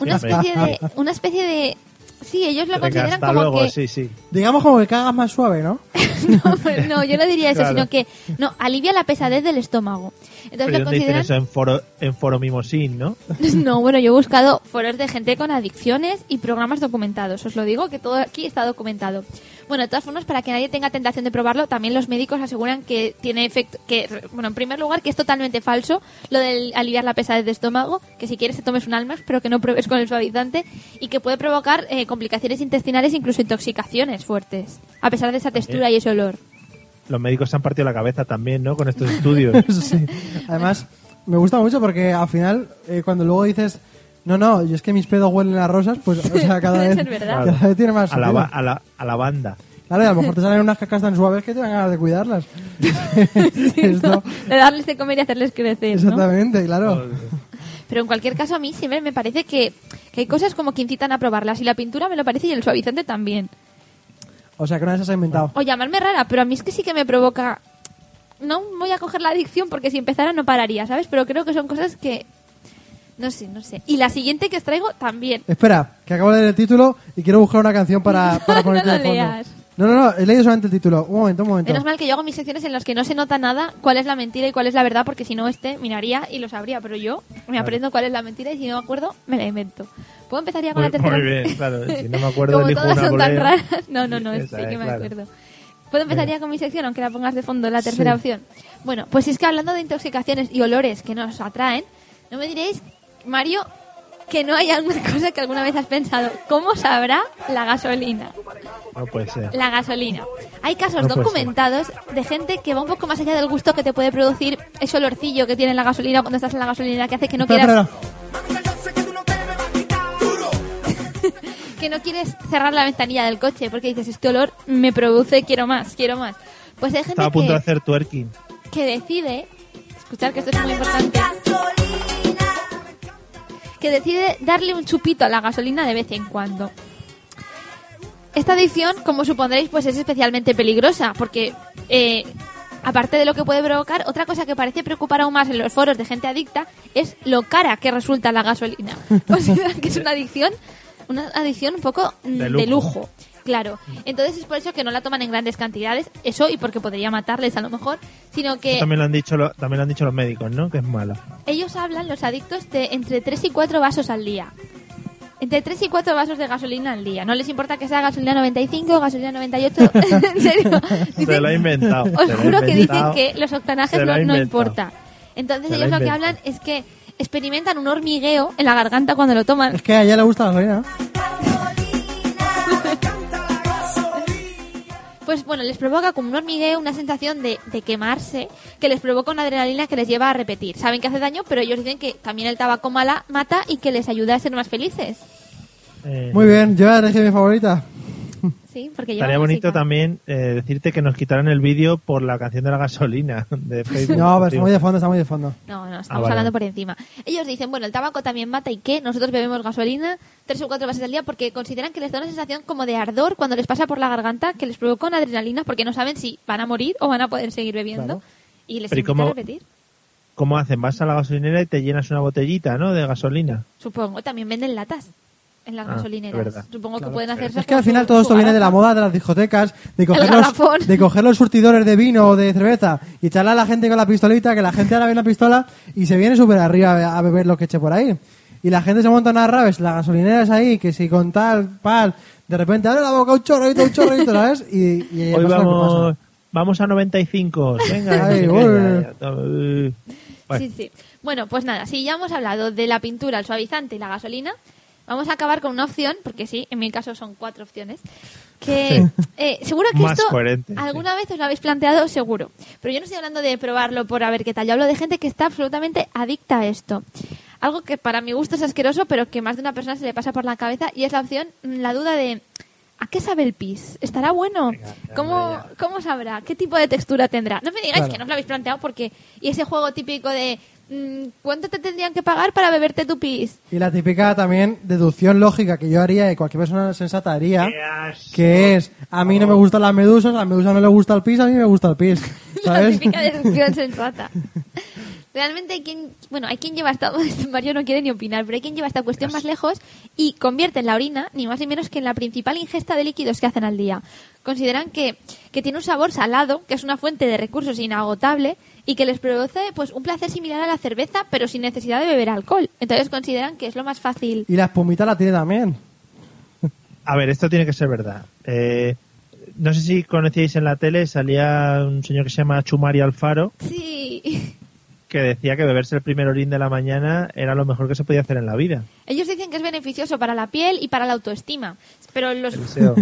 Una especie de... Una especie de sí, ellos lo Venga, consideran hasta como luego, que... sí, sí. Digamos como que cagas más suave, ¿no? no, no, yo no diría eso, Claro. sino que no alivia la pesadez del estómago. Entonces Pero lo ¿dónde dicen consideran eso? En foro, en foro mimosín, ¿no? no, bueno, yo he buscado foros de gente con adicciones y programas documentados. Os lo digo, que todo aquí está documentado. Bueno, de todas formas, para que nadie tenga tentación de probarlo, también los médicos aseguran que tiene efecto, que, bueno, en primer lugar, que es totalmente falso lo del aliviar la pesadez de estómago, que si quieres te tomes un Almax, pero que no pruebes con el suavizante y que puede provocar eh, complicaciones intestinales, incluso intoxicaciones fuertes, a pesar de esa textura y ese olor. Los médicos se han partido la cabeza también, ¿no? Con estos estudios. Sí. Además, me gusta mucho porque al final, eh, cuando luego dices, no, no, yo es que mis pedos huelen a rosas, pues o sea, cada, Puede vez, ser verdad. cada vez tiene más a, la, sentido. ba- a, la, a la banda. Claro, y a lo mejor te salen unas cacas tan suaves que te dan ganas de cuidarlas. Esto- De darles de comer y hacerles crecer. ¿no? Exactamente, claro. Pero en cualquier caso, a mí siempre me parece que, que hay cosas como que incitan a probarlas. Y la pintura me lo parece y el suavizante también. O sea, que una de esas ha inventado. O llamarme rara, pero a mí es que sí que me provoca... No voy a coger la adicción porque si empezara no pararía, ¿sabes? Pero creo que son cosas que... No sé, no sé. Y la siguiente que os traigo también. Espera, que acabo de leer el título y quiero buscar una canción para, para No ponerte lo de fondo. leas. No, no, no, he leído solamente el título. Un momento, un momento. Menos mal que yo hago mis secciones en las que no se nota nada cuál es la mentira y cuál es la verdad, porque si no este miraría y lo sabría, pero yo me aprendo cuál es la mentira y si no me acuerdo me la invento. ¿Puedo empezar ya con Muy, la tercera? muy bien, claro. Si no me acuerdo, Como elijo todas una son por tan leer. raras. No, no, no, Esa sí es, que me claro. acuerdo. ¿Puedo empezar ya con mi sección, aunque la pongas de fondo la tercera Sí. opción? Bueno, pues es que hablando de intoxicaciones y olores que nos atraen, no me diréis, Mario, que no hay alguna cosa que alguna vez has pensado. ¿Cómo sabrá la gasolina? No puede ser. La gasolina. Hay casos No puede documentados de gente que va un poco más allá del gusto que te puede producir ese olorcillo que tiene la gasolina cuando estás en la gasolina que hace que no Espera, quieras espera, espera. que no quieres cerrar la ventanilla del coche porque dices, este olor me produce, quiero más, quiero más. Pues hay gente Estaba a punto de que, hacer twerking. que decide, escuchar que esto es muy importante, que decide darle un chupito a la gasolina de vez en cuando. Esta adicción, como supondréis, pues es especialmente peligrosa porque... eh, Aparte de lo que puede provocar, otra cosa que parece preocupar aún más en los foros de gente adicta es lo cara que resulta la gasolina. Consideran que es una adicción, una adicción un poco mm, De De lujo. lujo. Claro, entonces es por eso que no la toman en grandes cantidades, eso y porque podría matarles a lo mejor, sino que También lo, han dicho lo- también lo han dicho los médicos, ¿no? Que es mala. ellos hablan, los adictos, de entre 3 y 4 vasos al día. Entre 3 y 4 vasos de gasolina al día. No les importa que sea gasolina 95 gasolina 98. en serio. Se lo ha inventado. Os se lo ha juro que dicen inventado. que los octanajes Se lo no, ha no inventado. importa. Entonces Se lo ha ellos lo que inventado. hablan es que experimentan un hormigueo en la garganta cuando lo toman. Es que a ella le gusta la gasolina. Pues pues bueno, les provoca como un hormigueo, una sensación de, de quemarse, que les provoca una adrenalina que les lleva a repetir. Saben que hace daño, pero ellos dicen que también el tabaco mala mata y que les ayuda a ser más felices. Eh, Muy bien, yo he elegido mi favorita. Sí, porque lleva Estaría bonito música. también eh, decirte que nos quitaran el vídeo por la canción de la gasolina de Facebook. No, pero está Tío. muy de fondo, está muy de fondo. No, no, estamos Ah, vale. hablando por encima. Ellos dicen, bueno, el tabaco también mata y qué, nosotros bebemos gasolina tres o cuatro veces al día porque consideran que les da una sensación como de ardor cuando les pasa por la garganta, que les provoca una adrenalina porque no saben si van a morir o van a poder seguir bebiendo. Claro. Y les Pero ¿y invita a cómo- repetir. ¿Cómo hacen? Vas a la gasolinera y te llenas una botellita, ¿no? De gasolina. Supongo, también venden latas en las Ah, es gasolineras. verdad. Supongo que pueden hacerse. Pues Es que al final todo esto viene de la moda de las discotecas, de coger, garrafón. los, de coger los surtidores de vino o de cerveza y echarla a la gente con la pistolita, que la gente ahora ve una pistola y se viene súper arriba a be- a beber lo que eche por ahí. Y la gente se monta unas rabes, las gasolineras ahí, que si con tal, pal, de repente abre la boca un chorrito, un chorrito, ¿sabes? Y, y Hoy pasa lo que vamos, pasa. vamos a 95. Venga, Ay, no sé qué, uy. ya, ya, toma, uy. Bueno, Sí, sí. Bueno, pues nada, si ya hemos hablado de la pintura, el suavizante y la gasolina, vamos a acabar con una opción, porque sí, en mi caso son cuatro opciones, que eh, seguro que Más esto coherente, alguna vez os lo habéis planteado, seguro. Pero yo no estoy hablando de probarlo por a ver qué tal, yo hablo de gente que está absolutamente adicta a esto. Algo que para mi gusto es asqueroso, pero que más de una persona se le pasa por la cabeza, y es la opción, mm, la duda de... ¿A qué sabe el pis? ¿Estará bueno? ¿Cómo, ¿Cómo sabrá? ¿Qué tipo de textura tendrá? No me digáis Claro. que no os lo habéis planteado porque... Y ese juego típico de... mm, ¿Cuánto te tendrían que pagar para beberte tu pis? Y la típica también deducción lógica que yo haría y cualquier persona sensata haría, Qué asco. que es, a mí no me gustan las medusas, a la medusa no le gusta el pis, a mí me gusta el pis, La ¿sabes? típica deducción sensata. Realmente hay quien... Bueno, hay quien lleva esta... Mario no quiere ni opinar, pero hay quien lleva esta cuestión más lejos y convierte en la orina, ni más ni menos que en la principal ingesta de líquidos que hacen al día. Consideran que, que tiene un sabor salado, que es una fuente de recursos inagotable y que les produce pues un placer similar a la cerveza, pero sin necesidad de beber alcohol. Entonces consideran que es lo más fácil. Y la espumita la tiene también. A ver, esto tiene que ser verdad. Eh, no sé si conocíais en la tele, salía un señor que se llama Chumari Alfaro, Sí. que decía que beberse el primer orín de la mañana era lo mejor que se podía hacer en la vida. Ellos dicen que es beneficioso para la piel y para la autoestima, pero los, Eliseo,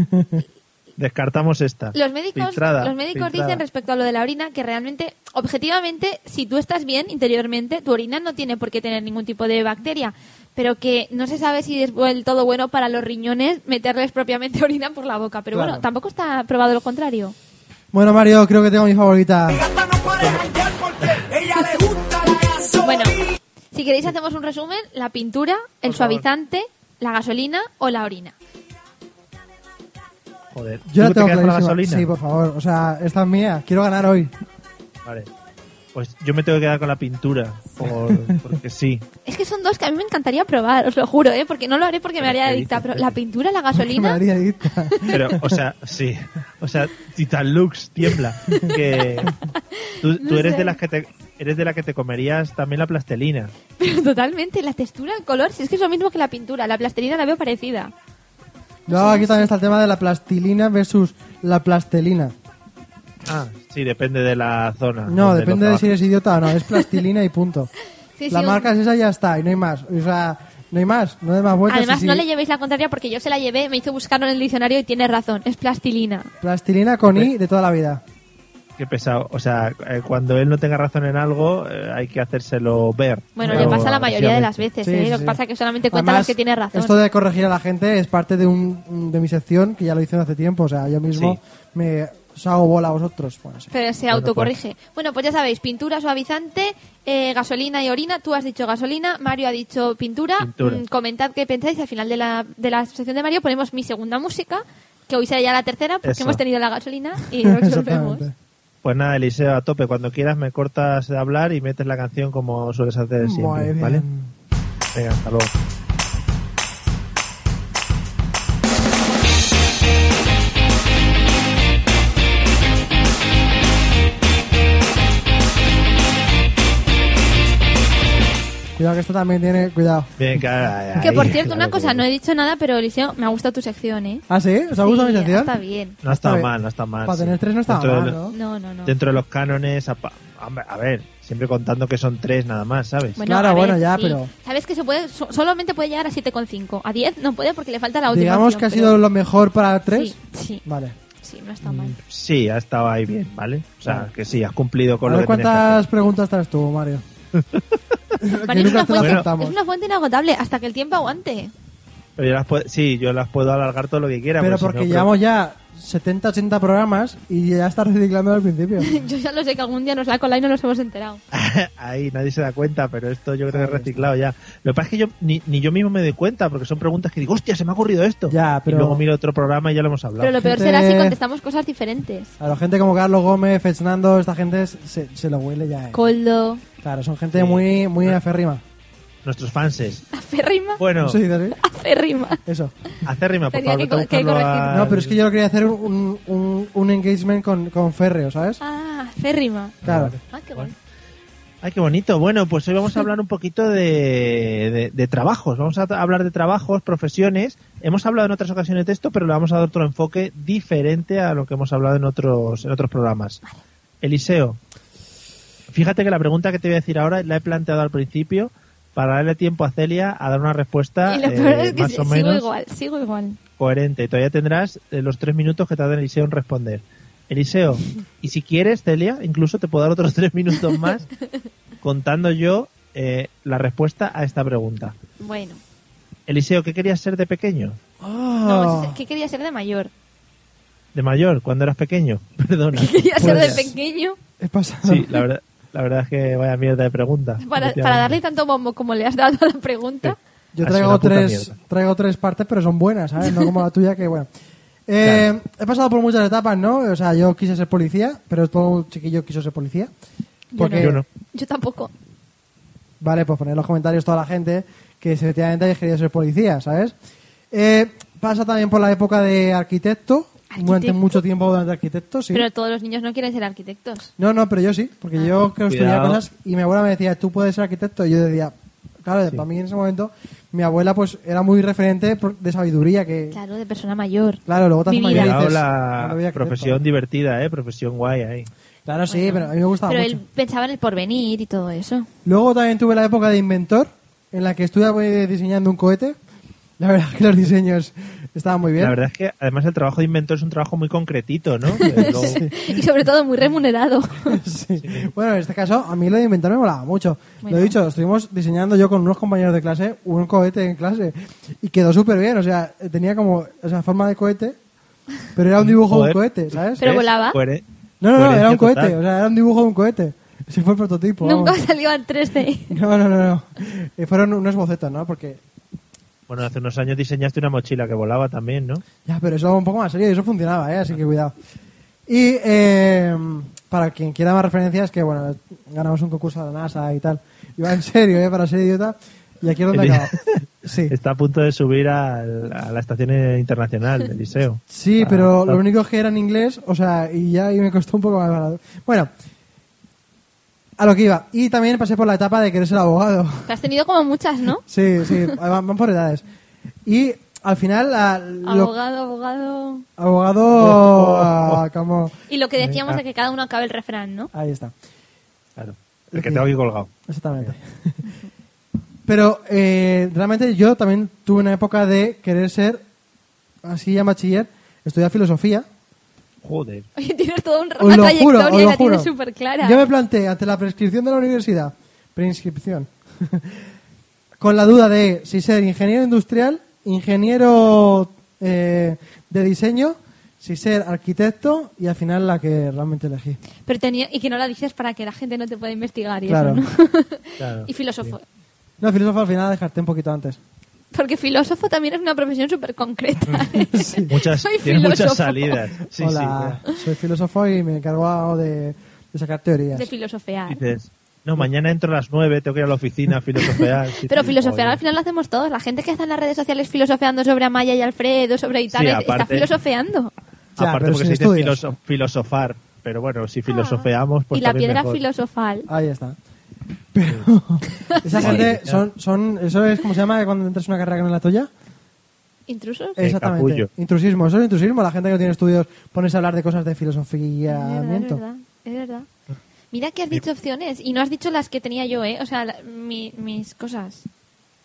Descartamos esta. los médicos, Filtrada, los médicos filtrada. dicen respecto a lo de la orina que realmente, objetivamente, si tú estás bien interiormente, tu orina no tiene por qué tener ningún tipo de bacteria, pero que no se sabe si es del todo bueno para los riñones meterles propiamente orina por la boca. Pero Claro. bueno, tampoco está probado lo contrario. Bueno, Mario, creo que tengo mi favorita. Bueno, si queréis hacemos un resumen: la pintura, el Por favor. suavizante, la gasolina o la orina. Joder. Yo la ¿Tú te tengo quedas con la clarísima. gasolina? Sí, por favor. O sea, esta es mía. Quiero ganar hoy. Vale. Pues yo me tengo que quedar con la pintura, por- porque sí. Es que son dos que a mí me encantaría probar, os lo juro, ¿eh? Porque no lo haré porque me Pero haría ¿qué adicta, dices, pero Pepe? la pintura, la Me gasolina... daría adicta. Pero, o sea, sí. O sea, Titan Lux tiembla. Que tú, tú No eres sé. de las que te eres de la que te comerías también la plastelina. Pero totalmente, la textura, el color, si es que es lo mismo que la pintura, la plastilina la veo parecida. Luego aquí también está el tema de la plastilina versus la plastelina. Ah, sí, depende de la zona. No, donde depende Ah, lo de si eres idiota o no. Es plastilina y punto. Sí, La sí, marca un- es esa y ya está. Y no hay más. O sea, no hay más. No hay más vueltas. Además, y sí. no le llevéis la contraria porque yo se la llevé, me hizo buscarlo en el diccionario y tiene razón, es plastilina. Plastilina con I de toda la vida. trabajas. Qué pesado. O sea, eh, cuando él no tenga razón en algo, eh, hay que hacérselo ver. Bueno, Pero le pasa la mayoría de las agresivamente. veces, Sí, ¿eh? sí, Lo que sí. pasa es que solamente cuenta Además, las que tiene razón. Esto de corregir a la gente es parte de, un, de mi sección que ya lo hice hace tiempo. O sea, yo mismo Sí. me os hago bola a vosotros. Bueno, pues. sí. Pero se autocorrige. Bueno, pues ya sabéis, pintura, suavizante, eh, gasolina y orina. Tú has dicho gasolina, Mario ha dicho pintura. Pintura. Mm, comentad qué pensáis. Al final de la, de la sección de Mario ponemos mi segunda música, que hoy será ya la tercera, porque Eso. hemos tenido la gasolina y resolvemos. Exactamente. Pues nada, Eliseo, a tope. Cuando quieras me cortas de hablar y metes la canción como sueles hacer Muy siempre. bien. ¿Vale? Venga, hasta luego. Cuidado que esto también tiene... Cuidado. Bien, que, ahora- que por ahí, cierto, una claro, cosa, que- no he dicho nada, pero Eliseo, me ha gustado tu sección, ¿eh? ¿Ah, sí? ¿Os ha gustado Sí, mi sección? Está bien. No ha estado bien. mal, no está mal. Para sí. tener tres no estaba Dentro de mal, lo- No, ¿no? no, no. Dentro de los cánones, apa- hombre, a ver, siempre contando que son tres nada más, ¿sabes? Claro, a bueno, ya, pero- Sabes que se puede, so- solamente puede llegar a 7,5. A 10 no puede porque le falta la última. Digamos opción, que ha pero- sido lo mejor para tres. Sí, sí. Vale. Sí, no Mm. está mal. Sí, ha estado ahí bien, ¿vale? O sea, que sí, has cumplido con A lo ver que tenías que hacer. cuántas preguntas traes tú, Mario. Que Mario, es, una nunca te la fuente, aceptamos. es una fuente inagotable hasta que el tiempo aguante. Pero yo las puedo, sí, yo las puedo alargar todo lo que quiera. Pero si porque no, llevamos ya 70, 80 programas y ya estás reciclando al principio. Yo ya lo sé que algún día nos la cola y no nos hemos enterado. Ahí nadie se da cuenta, pero esto yo creo que es reciclado ya. Lo que pasa es que yo ni, ni yo mismo me doy cuenta, porque son preguntas que digo, hostia, se me ha ocurrido esto. Ya, pero- Y luego miro otro programa y ya lo hemos hablado. Pero lo peor Gente- será si contestamos cosas diferentes. A la gente como Carlos Gómez, Fernando, esta gente se, se lo huele ya. eh. Coldo, Claro, son gente muy, muy aférrima. Nuestros fanses. aférrima, Bueno, Sí, sí, aférrima. Eso. acérrima, por Tenía favor. que vete a co- que buscarlo corregir. al- No, pero es que yo quería hacer un, un, un engagement con, con Férreo, ¿sabes? Ah, aférrima. Claro. Ah, qué bueno. Ay, qué bonito. Bueno, pues hoy vamos a hablar un poquito de, de- de trabajos. Vamos a tra- hablar de trabajos, profesiones. Hemos hablado en otras ocasiones de esto, pero le vamos a dar otro enfoque diferente a lo que hemos hablado en otros, en otros programas. Eliseo, fíjate que la pregunta que te voy a decir ahora la he planteado al principio para darle tiempo a Celia a dar una respuesta Y lo eh, peor es que más o sigo menos igual, sigo igual. coherente. Todavía tendrás eh, los tres minutos que tarda Eliseo en responder. Eliseo, y si quieres, Celia, incluso te puedo dar otros tres minutos más contando yo eh, la respuesta a esta pregunta. Bueno, Eliseo, ¿qué querías ser de pequeño? Ah, Ah, no, ¿qué quería ser de mayor? De mayor, cuando eras pequeño. Perdona. Quería ser de Pues- pequeño He pasado. Sí, la verdad, la verdad es que vaya mierda de pregunta. para, para darle tanto bombo como le has dado a la pregunta. Yo Ha sido traigo una puta tres, mierda. traigo tres partes, pero son buenas, ¿sabes? No como la tuya, que bueno. Eh, He pasado por muchas etapas, ¿no? O sea, yo quise ser policía, pero todo chiquillo quiso ser policía. Porque, Yo no. Yo tampoco. Vale, pues poner en los comentarios toda la gente que efectivamente haya querido ser policía, ¿sabes? Eh, pasa también por la época de arquitecto. Durante ¿Arquitecto? mucho tiempo durante arquitecto, sí. Pero todos los niños no quieren ser arquitectos. No, no, pero yo sí, porque Ah. yo creo que estudiaba Cuidado. cosas y mi abuela me decía, tú puedes ser arquitecto. Y yo decía, claro, para mí en ese momento, mi abuela pues era muy referente por- de sabiduría, que claro, Claro, de persona mayor. luego te haces Mi mayor y vida. Cuidado dices, "Ah, "No voy a la arquitecto". profesión divertida, ¿eh? Profesión guay ahí. Claro, sí, pero a mí me gustaba Pero mucho. él pensaba en el porvenir y todo eso. Luego también tuve la época de inventor, en la que estuve eh, diseñando un cohete. La verdad es que los diseños estaban muy bien. La verdad es que además el trabajo de inventor es un trabajo muy concretito, ¿no? Que luego- Y sobre todo muy remunerado. Sí. Bueno, en este caso, a mí lo de inventar me molaba mucho. Lo he dicho, estuvimos diseñando yo con unos compañeros de clase un cohete en clase y quedó súper bien. O sea, tenía como o sea, forma de cohete, pero era un dibujo de un Joder. cohete, ¿sabes? Pero ¿Ves? volaba. Cohere- No, no, no, coherencia era un cohete, total. o sea, era un dibujo de un cohete. Ese fue el prototipo. vamos. Nunca salió al 3D. No, no, no, no. Eh, Fueron unos bocetos, ¿no? Porque. Bueno, hace unos años diseñaste una mochila que volaba también, ¿no? Ya, pero eso un poco más serio y eso funcionaba, ¿eh? Así que cuidado. Y eh, para quien quiera más referencias, que bueno, ganamos un concurso de la NASA y tal. Y va en serio, ¿eh? Para ser idiota. Y aquí es donde acabo. Sí. Está a punto de subir al- a, la estación internacional del liceo. Sí, Ah, pero está- lo único es que era en inglés, o sea, y ya ahí me costó un poco más barato. Bueno, a lo que iba. Y también pasé por la etapa de querer ser abogado. Te has tenido como muchas, ¿no? Sí, sí, van, van por edades. Y al final, la- lo- Abogado, abogado. abogado, ah, como... Y lo que decíamos de que cada uno acabe el refrán, ¿no? Ahí está. Claro, el que tengo aquí colgado. Exactamente. Pero eh, realmente yo también tuve una época de querer ser, así en bachiller, estudiar filosofía. Joder. Oye, tienes toda un- Os una lo trayectoria juro, os y lo la tienes juro. súper clara. Yo me planteé ante la prescripción de la universidad, preinscripción, con la duda de si ser ingeniero industrial, ingeniero eh, de diseño, si ser arquitecto y al final la que realmente elegí. Pero tenía, y que no la dices para que la gente no te pueda investigar y Claro. eso, ¿no? Claro, y filósofo. No, filósofo al final la descarté un poquito antes. Porque filósofo también es una profesión súper concreta. ¿eh? Muchas, Soy tienes muchas filósofo. salidas. Sí, Hola, sí. soy filósofo y me encargo de, de sacar teorías. De filosofear. Dices, no, mañana entro a las nueve, tengo que ir a la oficina a filosofear. Sí, Pero sí, filosofear joder. al final lo hacemos todos. La gente que está en las redes sociales filosofeando sobre Amaya y Alfredo, sobre Italia, está aparte- filosofeando. Ya, Aparte pero porque sin se dice estudios. filoso- filosofar. Pero bueno, si filosofeamos, pues Ah. y la también piedra mejor. filosofal. Ahí está. Pero esa gente son, son eso es como se llama cuando entras en una carrera que no es la tuya. ¿Intrusos? Eh, Exactamente. capullo. Intrusismo, eso es intrusismo. La gente que no tiene estudios pones a hablar de cosas de filosofía. es, verdad, es miento. verdad, es verdad. Mira que has dicho opciones y no has dicho las que tenía yo, ¿eh? O sea, la- mi- mis cosas.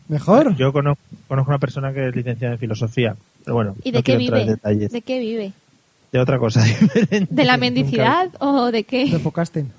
Mejor. Yo conozco, conozco una persona que es licenciada en filosofía. Pero bueno, ¿Y de no qué quiero entrar vive? en detalles. ¿De qué vive? de otra cosa diferente. ¿De la Nunca- mendicidad o de De qué? podcasting.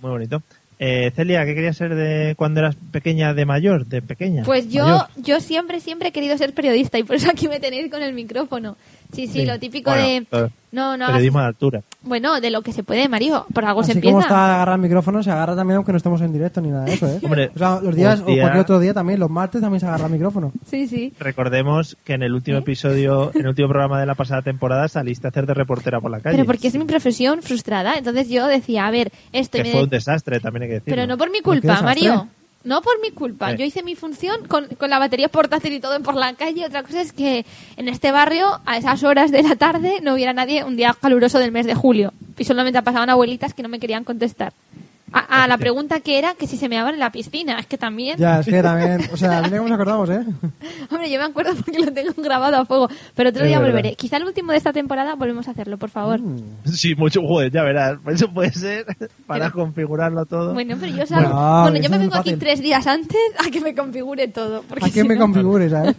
Muy bonito. Eh, Celia, ¿qué querías ser de cuando eras pequeña, de mayor, de pequeña? Pues yo, Mayor. yo siempre, siempre he querido ser periodista y por eso aquí me tenéis con el micrófono. Sí, sí, Sí. lo típico Bueno, eh, de... pero- No, no hagas- Periodismo de altura. Bueno, de lo que se puede, Mario. Por algo se Así empieza. como está agarrar el micrófono, se agarra también aunque no estemos en directo ni nada de eso, ¿eh? Hombre, O sea, los días, hostia. o cualquier otro día también, los martes también se agarra el micrófono. Sí, sí. Recordemos que en el ¿Eh? último episodio, en el último programa de la pasada temporada, saliste a hacer de reportera por la calle. Pero porque es mi profesión frustrada. Entonces yo decía, a ver, esto... y Que me fue de- un desastre, también hay que decirlo. Pero no por mi qué culpa, desastre. Mario. No por mi culpa. Eh. Yo hice mi función con, con la batería portátil y todo por la calle. Otra cosa es que en este barrio, a esas horas de la tarde, no hubiera nadie un día caluroso del mes de julio. Y solamente pasaban abuelitas que no me querían contestar. A, a la pregunta que era que si se meaban en la piscina. Es que también... Ya, es que también, o sea, mira cómo nos acordamos, ¿eh? Hombre, yo me acuerdo porque lo tengo grabado a fuego. Pero otro Es día verdad. volveré. Quizá el último de esta temporada volvemos a hacerlo, por favor. Mm. Sí, mucho joder, ya verás. Eso puede ser para configurarlo todo. Bueno, pero yo salgo... Bueno, Ah, Bueno, eso yo me es vengo aquí fácil. tres días antes a que me configure todo. Porque A si quien me no- configure, ¿sabes?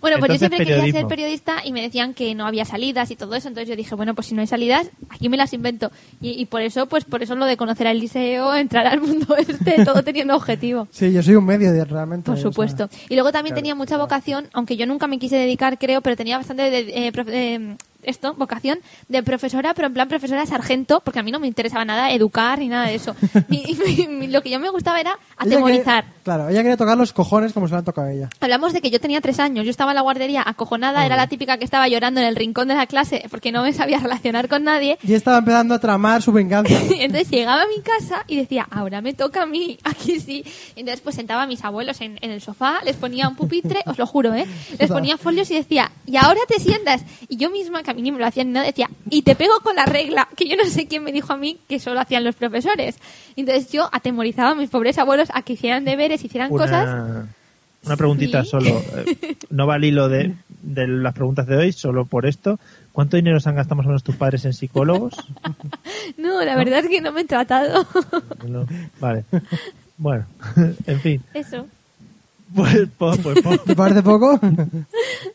Bueno, pues yo Entonces, siempre quería ser periodismo. periodista y me decían que no había salidas y todo eso, entonces yo dije, bueno, pues si no hay salidas, aquí me las invento. Y, y por eso, pues por eso lo de conocer al liceo, entrar al mundo este, todo teniendo objetivo. Sí, yo soy un medio de- realmente. Por o sea. supuesto. Y luego también tenía mucha vocación, aunque yo nunca me quise dedicar, creo, pero tenía bastante de- eh, prof- eh, esto, vocación de profesora, pero en plan profesora sargento, porque a mí no me interesaba nada educar ni nada de eso. Mi- mi- mi- lo que yo me gustaba era Ella atemorizar. quería- claro, ella quería tocar los cojones como se lo han tocado a ella. Hablamos de que yo tenía tres años, yo estaba en la guardería acojonada, era la típica que estaba llorando en el rincón de la clase porque no me sabía relacionar con nadie. Y estaba empezando a tramar su venganza. Y Entonces llegaba a mi casa y decía, ahora me toca a mí, aquí sí. Y Entonces pues sentaba a mis abuelos en, en el sofá, les ponía un pupitre, os lo juro, ¿eh? Les ponía folios y decía, y ahora te sientas. Y yo misma, que a mí ni me lo hacían ni nada, decía, y te pego con la regla, que yo no sé quién me dijo a mí que solo hacían los profesores. Y Entonces yo atemorizaba a mis pobres abuelos a que hicieran deberes, hicieran cosas. Una preguntita Sí. solo. Eh, No va al hilo de, de las preguntas de hoy, solo por esto. ¿Cuánto dinero se han gastado más o menos tus padres en psicólogos? No, la verdad es que no me he tratado. No, Vale. Bueno, en fin. Eso. Pues, po- pues, po- ¿Te parece poco?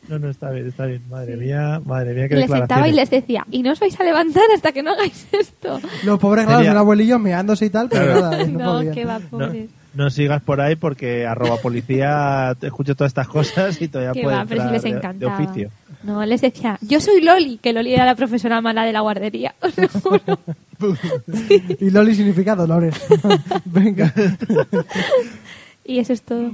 No, no, está bien, está bien. Madre mía, madre mía, qué les sentaba y declaraciones. les decía, y no os vais a levantar hasta que no hagáis esto. Los pobres, claro, Sería- son abuelillos meándose y tal, pero Claro. nada, ellos no, No, podían. qué va, No, pobres. no sigas por ahí porque arroba policía te escucho todas estas cosas y todavía Qué puede va, pero si entrar les de- encantaba. de oficio. No, les decía, yo soy Loli, que Loli era la profesora mala de la guardería, os lo juro. Y Loli significa Dolores. Venga. Y eso es todo.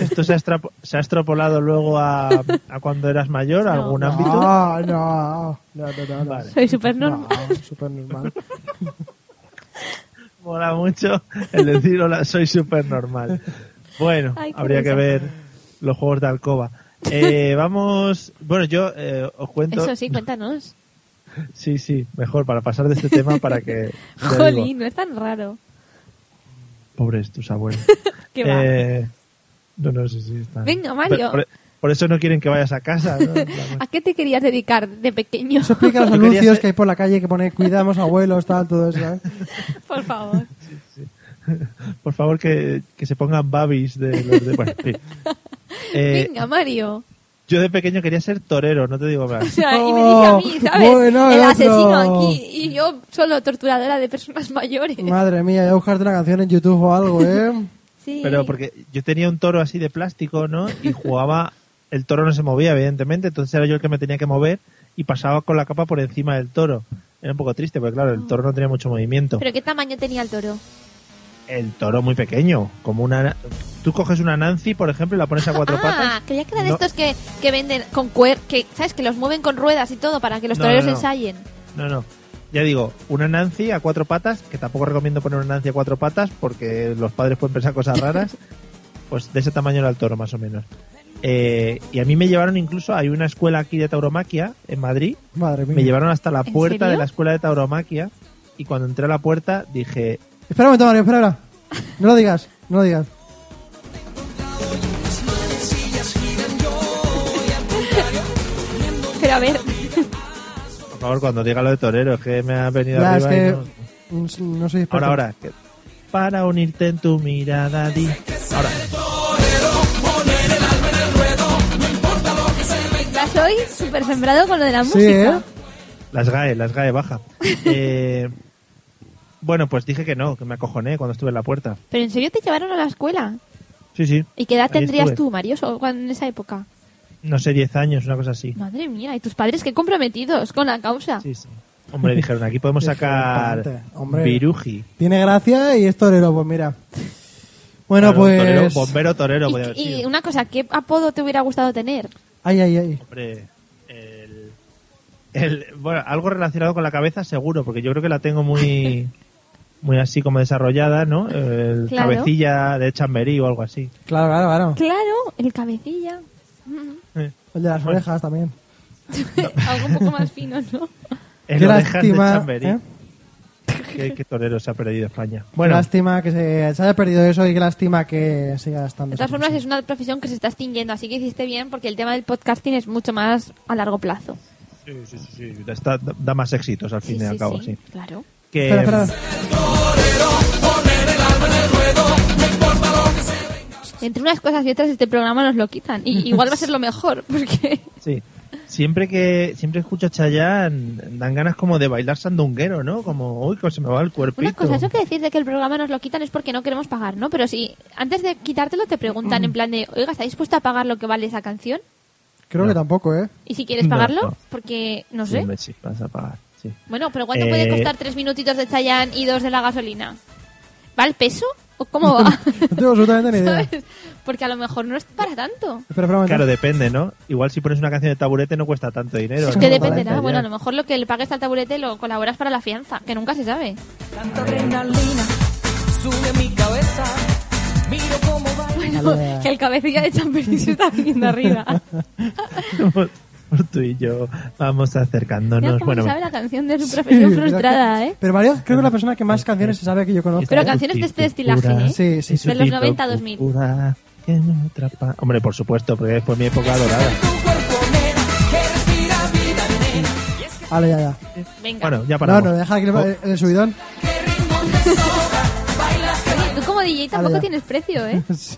¿Esto se ha, extrapo- se ha extrapolado luego a, a cuando eras mayor, a No. algún No, ámbito? no, no, no, no, no. Soy súper normal. No, súper normal. Mola mucho el decir hola, soy súper normal. Bueno, Ay, qué habría que risa. ver los juegos de alcoba. Eh, vamos, bueno, yo eh, os cuento. Eso sí, cuéntanos. sí, sí, mejor para pasar de este tema para que. ya digo, Jolín, no es tan raro. Pobres tus abuelos. Qué va. Eh, no, no, sí, sí. está. Venga, Mario. Por, por eso no quieren que vayas a casa. ¿no? ¿A qué te querías dedicar de pequeño? Eso explica los Yo quería anuncios ser- que hay por la calle que pone cuidamos abuelos, tal, todo eso. ¿eh? ¿sabes? Por favor. Por favor, que, que se pongan babis de los de. Bueno, en fin. Eh, Venga, Mario. yo de pequeño quería ser torero, no te digo O más. sea, y me dice a mí, Oh, ¿sabes? bueno, el el otro. asesino aquí y yo solo torturadora de personas mayores. Madre mía, voy a buscarte una canción en YouTube o algo, ¿eh? Sí. Pero porque yo tenía un toro así de plástico, ¿no? Y jugaba, el toro no se movía, evidentemente, entonces era yo el que me tenía que mover y pasaba con la capa por encima del toro. Era un poco triste, porque claro, el toro no tenía mucho movimiento. Ah. ¿Pero qué tamaño tenía el toro? El toro muy pequeño, como una... Tú coges una Nancy, por ejemplo, y la pones a cuatro ah, patas. creía que era de No. estos que, que venden con cuer... que sabes que los mueven con ruedas y todo para que los No, toreros no, no. ensayen. No, no. Ya digo, una Nancy a cuatro patas, que tampoco recomiendo poner una Nancy a cuatro patas porque los padres pueden pensar cosas raras. Pues de ese tamaño era el toro, más o menos. Eh, y a mí me llevaron incluso, hay una escuela aquí de tauromaquia en Madrid, Madre mía. me llevaron hasta la ¿En puerta serio? de la escuela de tauromaquia y cuando entré a la puerta dije, Espera un momento, Mario, espera, espera. No lo digas, no lo digas. Pero a ver, por favor, cuando diga lo de torero, es que me ha venido Ya, es arriba. y que no- mm, no soy experto. Ahora, ahora. que- Para unirte en tu mirada, di. Ahora. ya soy súper sembrado con lo de la Sí, música. ¿eh? Las GAE, las GAE baja. Eh, bueno, pues dije que no, que me acojoné cuando estuve en la puerta. Pero en serio te llevaron a la escuela. Sí, sí. ¿Y qué edad Ahí tendrías estuve. tú, Mario, so- cuando- en esa época? No sé, 10 años, una cosa así. Madre mía, y tus padres qué comprometidos con la causa. Sí, sí. Hombre, dijeron, aquí podemos Dijeron, sacar "Pa'lante, hombre". viruji. Tiene gracia y es torero, pues mira. Bueno, Claro, torero, pues. bombero torero, Y- podía haber y, sido. una cosa, ¿qué apodo te hubiera gustado tener? Ay, ay, ay. Hombre, el, el- bueno, algo relacionado con la cabeza seguro, porque yo creo que la tengo muy muy así como desarrollada, ¿no? El Claro. cabecilla de chamberí o algo así. Claro, claro, claro. Claro, el cabecilla. El de las orejas también. Algo un poco más fino, ¿no? El Qué orejas lástima, de chamberí. ¿eh? Qué, qué torero se ha perdido España. Qué Bueno, lástima que se, se haya perdido eso y qué lástima que siga estando. De todas esa formas, cosa. es una profesión que se está extinguiendo, así que hiciste bien porque el tema del podcasting es mucho más a largo plazo. sí, sí, sí, sí, está- da más éxitos al fin y al cabo, sí. Claro. Que, Espera, espera. eh, Entre unas cosas y otras, este programa nos lo quitan. Y igual va a ser lo mejor, porque. Sí. Siempre que siempre escucho a Chayanne dan ganas como de bailar sandunguero, ¿no? Como, uy, que se me va el cuerpito. Una cosa, eso que decís de que el programa nos lo quitan es porque no queremos pagar, ¿no? Pero si antes de quitártelo te preguntan en plan de, oiga, ¿está dispuesto a pagar lo que vale esa canción? Creo que tampoco, ¿eh? Y si quieres No, pagarlo, no. porque no Sí, sé. hombre, sí, vas a pagar, sí. Bueno, pero ¿cuánto Eh, puede costar tres minutitos de Chayanne y dos de la gasolina? ¿Va al peso? ¿O cómo va? No tengo absolutamente ni idea. Espera, ¿Sabes? Porque a lo mejor no es para tanto. espera un momento. Claro, depende, ¿no? Igual si pones una canción de taburete no cuesta tanto dinero. Es ¿no? que Para dependerá. ensayar. Bueno, a lo mejor lo que le pagues al taburete lo colaboras para la fianza, que nunca se sabe. Bueno, que el cabecilla de Chamberí se está viniendo arriba. Tú y yo vamos Mira acercándonos. cómo Bueno, se sabe la canción de su Sí, profesión mira que- frustrada, ¿eh? Pero Mario, creo que es la persona que más canciones se sabe que yo conozco. Pero canciones de este estilaje, ¿eh? Sí, sí, sí. De los 90 2000. Hombre, por supuesto, porque fue mi época dorada. Vale, ya, ya. Venga. Bueno, ya No, paramos. no, deja Oh. aquí el, el subidón. Oye, tú como DJ tampoco ya. tienes precio, ¿eh? Sí.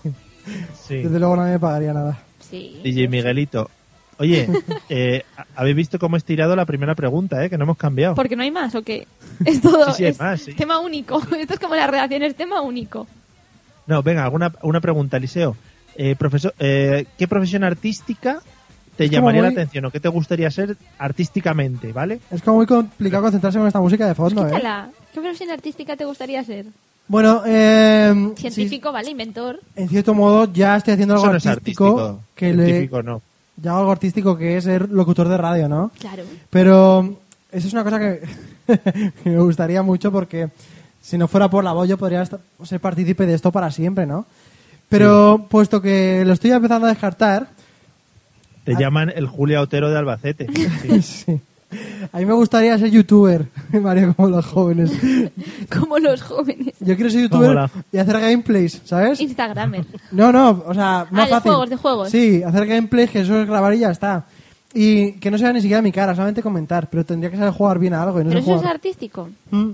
Sí. Desde luego no me pagaría nada. Sí. DJ Miguelito. Oye, eh, habéis visto cómo he estirado la primera pregunta, ¿eh? Que no hemos cambiado. Porque no hay más, ¿o qué? Es todo. Sí, sí, hay es más, sí. Tema único. Esto es como la redacción, es tema único. No, venga, alguna una pregunta, Eliseo. Eh, profesor, eh, ¿Qué profesión artística te Es como llamaría la muy- atención o qué te gustaría ser artísticamente, ¿vale? Es como muy complicado concentrarse con esta música de Pues fondo, ¿eh? Escúchala. ¿Qué profesión artística te gustaría ser? Bueno, eh, Científico, ¿vale? Inventor. sí, en cierto modo ya estoy haciendo algo Eso no es artístico, artístico. que le, Científico no. ya algo artístico que es ser locutor de radio, ¿no? Claro. Pero mm, esa es una cosa que, que me gustaría mucho porque si no fuera por la voz yo podría est- ser partícipe de esto para siempre, ¿no? Pero puesto que lo estoy empezando a descartar, Te llaman el Julia Otero de Albacete. Sí. sí. a mí me gustaría ser youtuber, Mario, como los jóvenes. Como los jóvenes. Yo quiero ser Como youtuber la- y hacer gameplays, ¿sabes? Instagramer. No, no, o sea, más Ah, de fácil. juegos, de juegos. Sí, hacer gameplays, que eso es grabar y ya está. Y que no sea ni siquiera mi cara, solamente comentar, pero tendría que saber jugar bien a algo y no Pero sé eso es jugar. artístico. Mm,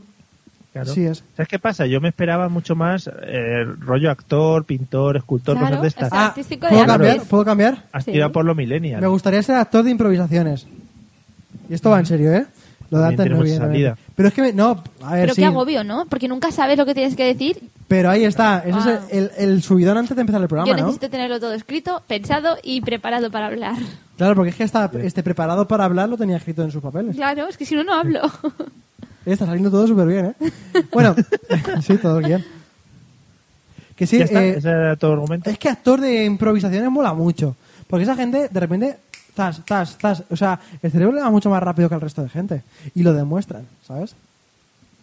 Claro. Sí es. ¿Sabes qué pasa? Yo me esperaba mucho más eh, rollo actor, pintor, escultor, Claro, cosas de estas. o sea, Ah, artístico de ¿Puedo antes. cambiar? ¿Puedo cambiar? Has sí. tirado por lo Me millennial. gustaría ser actor de improvisaciones. Y esto va en serio, ¿eh? Lo También de antes no tenemos viene. salida. Pero es que, me- no, a ver, Pero sí. qué agobio, ¿no? Porque nunca sabes lo que tienes que decir. Pero ahí está, ese Wow. es el, el subidón antes de empezar el programa, Ah. Yo ¿no? necesito tenerlo todo escrito, pensado y preparado para hablar. Claro, porque es que está este preparado para hablar lo tenía escrito en sus papeles. Claro, es que si no, no hablo. Está saliendo todo súper bien, ¿eh? Bueno, sí, todo bien. Que sí, ¿Ya está? eh, ¿Ese era tu argumento? es que actor de improvisaciones mola mucho. Porque esa gente, de repente, tas, tas, tas. O sea, el cerebro le va mucho más rápido que el resto de gente. Y lo demuestran, ¿sabes?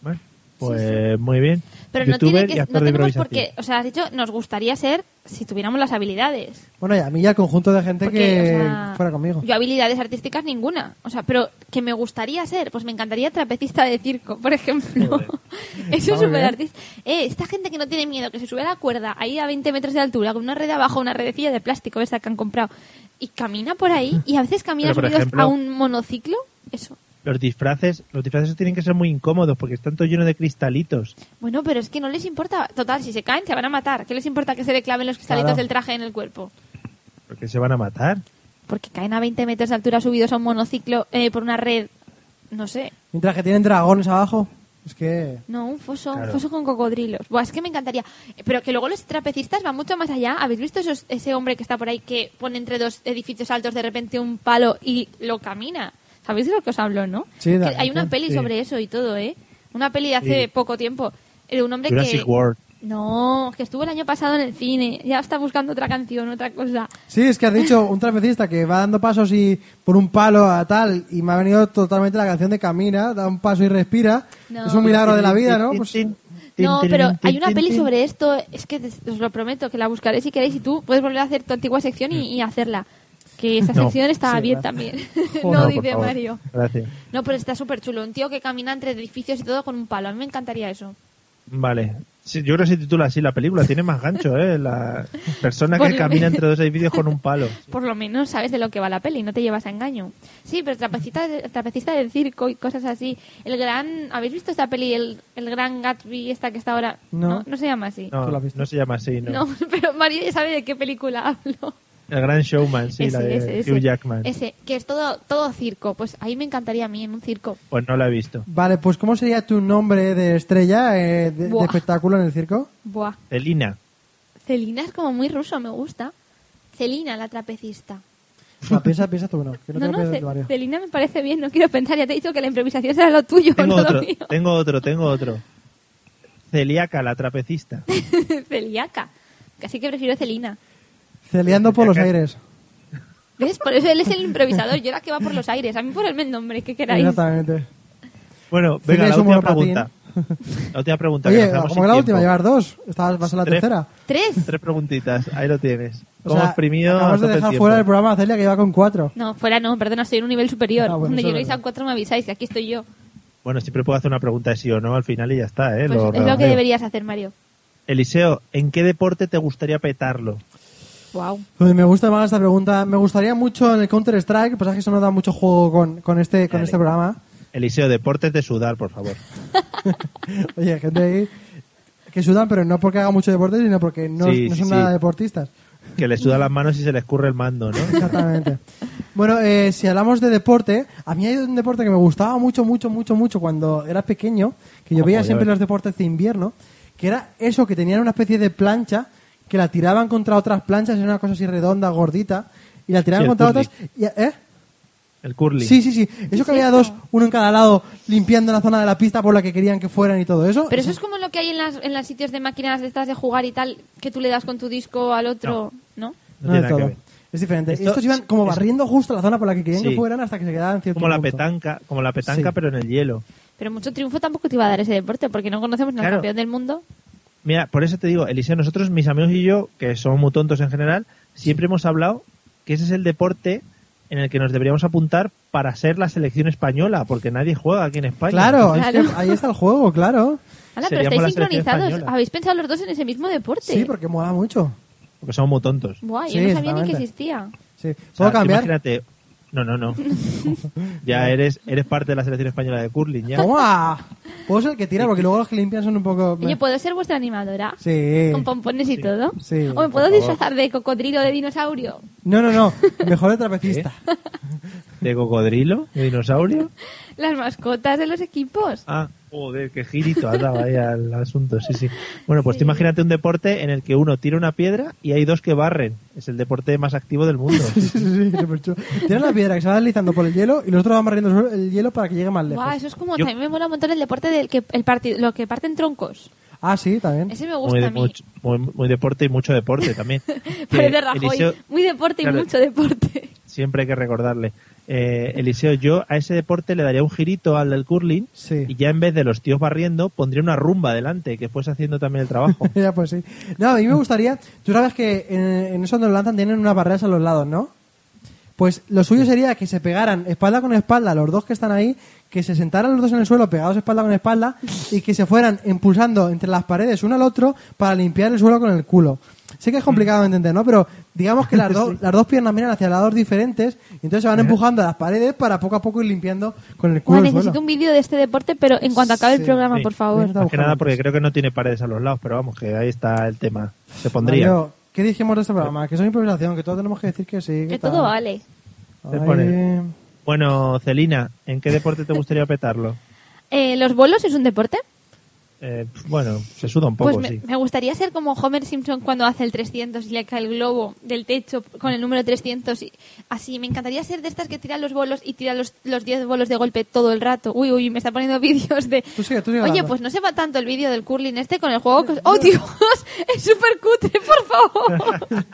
Bueno, pues muy bien. Pero no, Youtuber tiene y que, actor no de tenemos por improvisación. qué. O sea, has dicho, nos gustaría ser si tuviéramos las habilidades. Bueno, y a mí y al conjunto de gente Porque, que o sea, fuera conmigo. Yo habilidades artísticas ninguna. O sea, pero que me gustaría ser, pues me encantaría trapecista de circo, por ejemplo. Eso Está es muy súper bien. artista. Eh, esta gente que no tiene miedo, que se sube a la cuerda ahí a 20 metros de altura, con una red abajo, una redecilla de plástico esa que han comprado, y camina por ahí, y a veces camina Pero, por subidos ejemplo- a un monociclo. Eso. Los disfraces, los disfraces tienen que ser muy incómodos porque están todo lleno de cristalitos. Bueno, pero es que no les importa. Total, si se caen, se van a matar. ¿Qué les importa que se le claven los cristalitos Claro. del traje en el cuerpo? Porque se van a matar. Porque caen a 20 metros de altura subidos a un monociclo eh, por una red No sé. Mientras que tienen dragones abajo. Es que. No, un foso, un foso con cocodrilos. Buah, es que me encantaría. Eh, Pero que luego los trapecistas van mucho más allá. ¿Habéis visto esos- ese hombre que está por ahí que pone entre dos edificios altos de repente un palo y lo camina? ¿Sabéis de lo que os hablo, no? Sí, Que de hay una acuerdo, peli sí. sobre eso y todo, ¿eh? Una peli de hace Sí. poco tiempo. eh, De un hombre que... Jurassic World. No, que estuvo el año pasado en el cine. Ya está buscando otra canción, otra cosa. Sí, es que has dicho un trapecista que va dando pasos y por un palo a tal, y me ha venido totalmente la canción de Camina, da un paso y respira. No. Es un milagro de la vida, ¿no? Pues- No, pero hay una peli sobre esto. Es que des- os lo prometo, que la buscaré si queréis y tú puedes volver a hacer tu antigua sección y, y hacerla. Que esa No. sección está Sí, bien gracias. también. Joder, no, por dice favor. Mario. Gracias. No, pero está súper chulo. Un tío que camina entre edificios y todo con un palo. A mí me encantaría eso. Vale. Sí, yo creo que se titula así la película. Tiene más gancho, ¿eh? La persona Por que lo camina menos. entre dos edificios con un palo. Por lo menos sabes de lo que va la peli, no te llevas a engaño. Sí, pero trapecista, trapecista del circo y cosas así. El gran... ¿Habéis visto esta peli? El, el gran Gatsby, esta que está ahora... No. No, no se llama así. No, ¿Tú la has visto? no se llama así, ¿no? No, pero Mario ya sabe de qué película hablo. El Gran Showman, sí, la de Hugh Jackman. Ese, que es todo, todo circo. Pues ahí me encantaría a mí, en un circo. Pues no la he visto. Vale, pues ¿cómo sería tu nombre de estrella eh, de, de Buah. espectáculo en el circo? Buah. Celina. Celina es como muy ruso, me gusta. Celina, la trapecista. No, Ah, piensa, piensa tú, no. Que No, no, quiero no, pensar Ce- en Mario. Celina me parece bien, no quiero pensar. Ya te he dicho que la improvisación será lo tuyo, Tengo no lo otro, mío. tengo otro, tengo otro. Celíaca, la trapecista. Celíaca. Así que prefiero Celina. Celeando por los Acá- aires. ¿Ves? Por eso él es el improvisador. Yo la que va por los aires. A mí por el nombre, que queráis. Exactamente. Bueno, Celia venga, es la un última monopatín. pregunta. La última pregunta. que Oye, nos quedamos como sin que la tiempo. última, llevar dos. Estás, vas a la Tres. tercera. ¿Tres? Tres preguntitas, ahí lo tienes. O Como sea, exprimido. Acabas de todo el dejar tiempo. fuera del programa a Celia que iba con cuatro. No, fuera no, perdona, estoy en un nivel superior. Ah, bueno, Donde eso es lleguéis a verdad. cuatro me avisáis, que aquí estoy yo. Bueno, siempre puedo hacer una pregunta de sí o no al final y ya está, ¿eh? Pues Lo es lo que redondeo. deberías hacer, Mario. Eliseo, ¿en qué deporte te gustaría petarlo? Wow. Uy, me gusta más esta pregunta. Me gustaría mucho en el Counter Strike, pues es que eso nos da mucho juego con, con este con Dale. este programa. Eliseo, deportes de sudar, por favor. Oye, gente ahí que sudan, pero no porque haga mucho deporte, sino porque no, Sí, no sí, son sí. nada deportistas. Que le suda las manos y se le escurre el mando, ¿no? Exactamente. bueno, eh, si hablamos de deporte, a mí hay un deporte que me gustaba mucho, mucho, mucho, mucho cuando era pequeño, que yo Ojo, veía ya siempre ves. los deportes de invierno, que era eso, que tenían una especie de plancha que la tiraban contra otras planchas, era una cosa así redonda, gordita, y la tiraban Sí, el contra curling. otras... y- ¿eh? El curling. Sí, sí, sí. Eso que había eso? dos, uno en cada lado, limpiando la zona de la pista por la que querían que fueran y todo eso. Pero eso es como lo que hay en las, en los sitios de máquinas de estas de jugar y tal, que tú le das con tu disco al otro, ¿no? No tiene nada que ver. Es diferente. Esto- Estos iban como es- barriendo justo la zona por la que querían Sí. que fueran hasta que se quedaban en cierto Como la punto. petanca, como la petanca Sí. pero en el hielo. Pero mucho triunfo tampoco te iba a dar ese deporte, porque no conocemos ni al Claro. campeón del mundo. Mira, por eso te digo, Eliseo, nosotros, mis amigos y yo, que somos muy tontos en general, siempre hemos hablado que ese es el deporte en el que nos deberíamos apuntar para ser la selección española, porque nadie juega aquí en España. Claro, es Claro. que ahí está el juego, claro. Hala, pero estáis Seríamos la selección sincronizados. española. Habéis pensado los dos en ese mismo deporte. Sí, porque mola mucho. Porque somos muy tontos. Buah, yo Sí, no sabía ni que exactamente. existía. Sí. O sea, ¿Puedo tú cambiar? Imagínate. No, no, no. ya eres, eres parte de la selección española de curling, ya. ¡Toma! Puedo ser el que tira, porque luego los que limpian son un poco... Oye, ¿puedo ser vuestra animadora? Sí. Con pompones y todo. Sí, ¿O me por puedo favor. disfrazar de cocodrilo de dinosaurio? No, no, no. Mejor el trapecista. ¿Eh? ¿De cocodrilo? ¿De dinosaurio? Las mascotas de los equipos. Ah, joder, qué girito has dado ahí al asunto, sí, sí. Bueno, pues tú imagínate un deporte en el que uno tira una piedra y hay dos que barren. Es el deporte más activo del mundo. Sí, sí, sí, súper chulo. Tienen la piedra que se va deslizando por el hielo y los otros van barriendo sobre el hielo para que llegue más lejos. Buah, eso es como Yo- también me mola un montón el deporte del que el partido, lo que parten troncos. Ah, sí, también. Ese me gusta Muy, de- a mí. mucho- muy, muy deporte y mucho deporte también. Que Parece Rajoy. Eliseo- Muy deporte Claro. y mucho deporte. siempre hay que recordarle. Eh, Eliseo, yo a ese deporte le daría un girito al del curling Sí. y ya en vez de los tíos barriendo, pondría una rumba delante que fuese haciendo también el trabajo. Ya, pues sí. No, a mí me gustaría. Tú sabes que en, en eso donde lo lanzan tienen unas barreras a los lados, ¿no? Pues lo suyo sería que se pegaran espalda con espalda los dos que están ahí, que se sentaran los dos en el suelo pegados espalda con espalda y que se fueran impulsando entre las paredes uno al otro para limpiar el suelo con el culo. Sé que es complicado de entender, ¿no? Pero digamos que las, dos las dos piernas miran hacia lados diferentes y entonces se van empujando a las paredes para poco a poco ir limpiando con el culo. Buah, el suelo. necesito un vídeo de este deporte, pero en cuanto acabe Sí, el programa, sí. por favor. Mierda. Más que nada Ojalá. porque creo que no tiene paredes a los lados, pero vamos, que ahí está el tema. Se pondría. Mario, ¿Qué dijimos de este programa? Que es una improvisación, que todos tenemos que decir que sí. Que tal. todo vale. Se Ay, pone. Bueno, Celina, ¿en qué deporte te gustaría petarlo? Eh, ¿Los bolos es un deporte? Eh, pf, bueno, se suda un Pues poco, me, sí. me gustaría ser como Homer Simpson cuando hace el 300 y le cae el globo del techo con el número 300. Y así, me encantaría ser de estas que tiran los bolos y tiran los, los 10 bolos de golpe todo el rato. Uy, uy, me está poniendo vídeos de... Tú sigue, tú sigue Oye, hablando. pues no se va tanto el vídeo del curling este con el juego... que os- ¡Oh, Dios! Es súper cutre, por favor.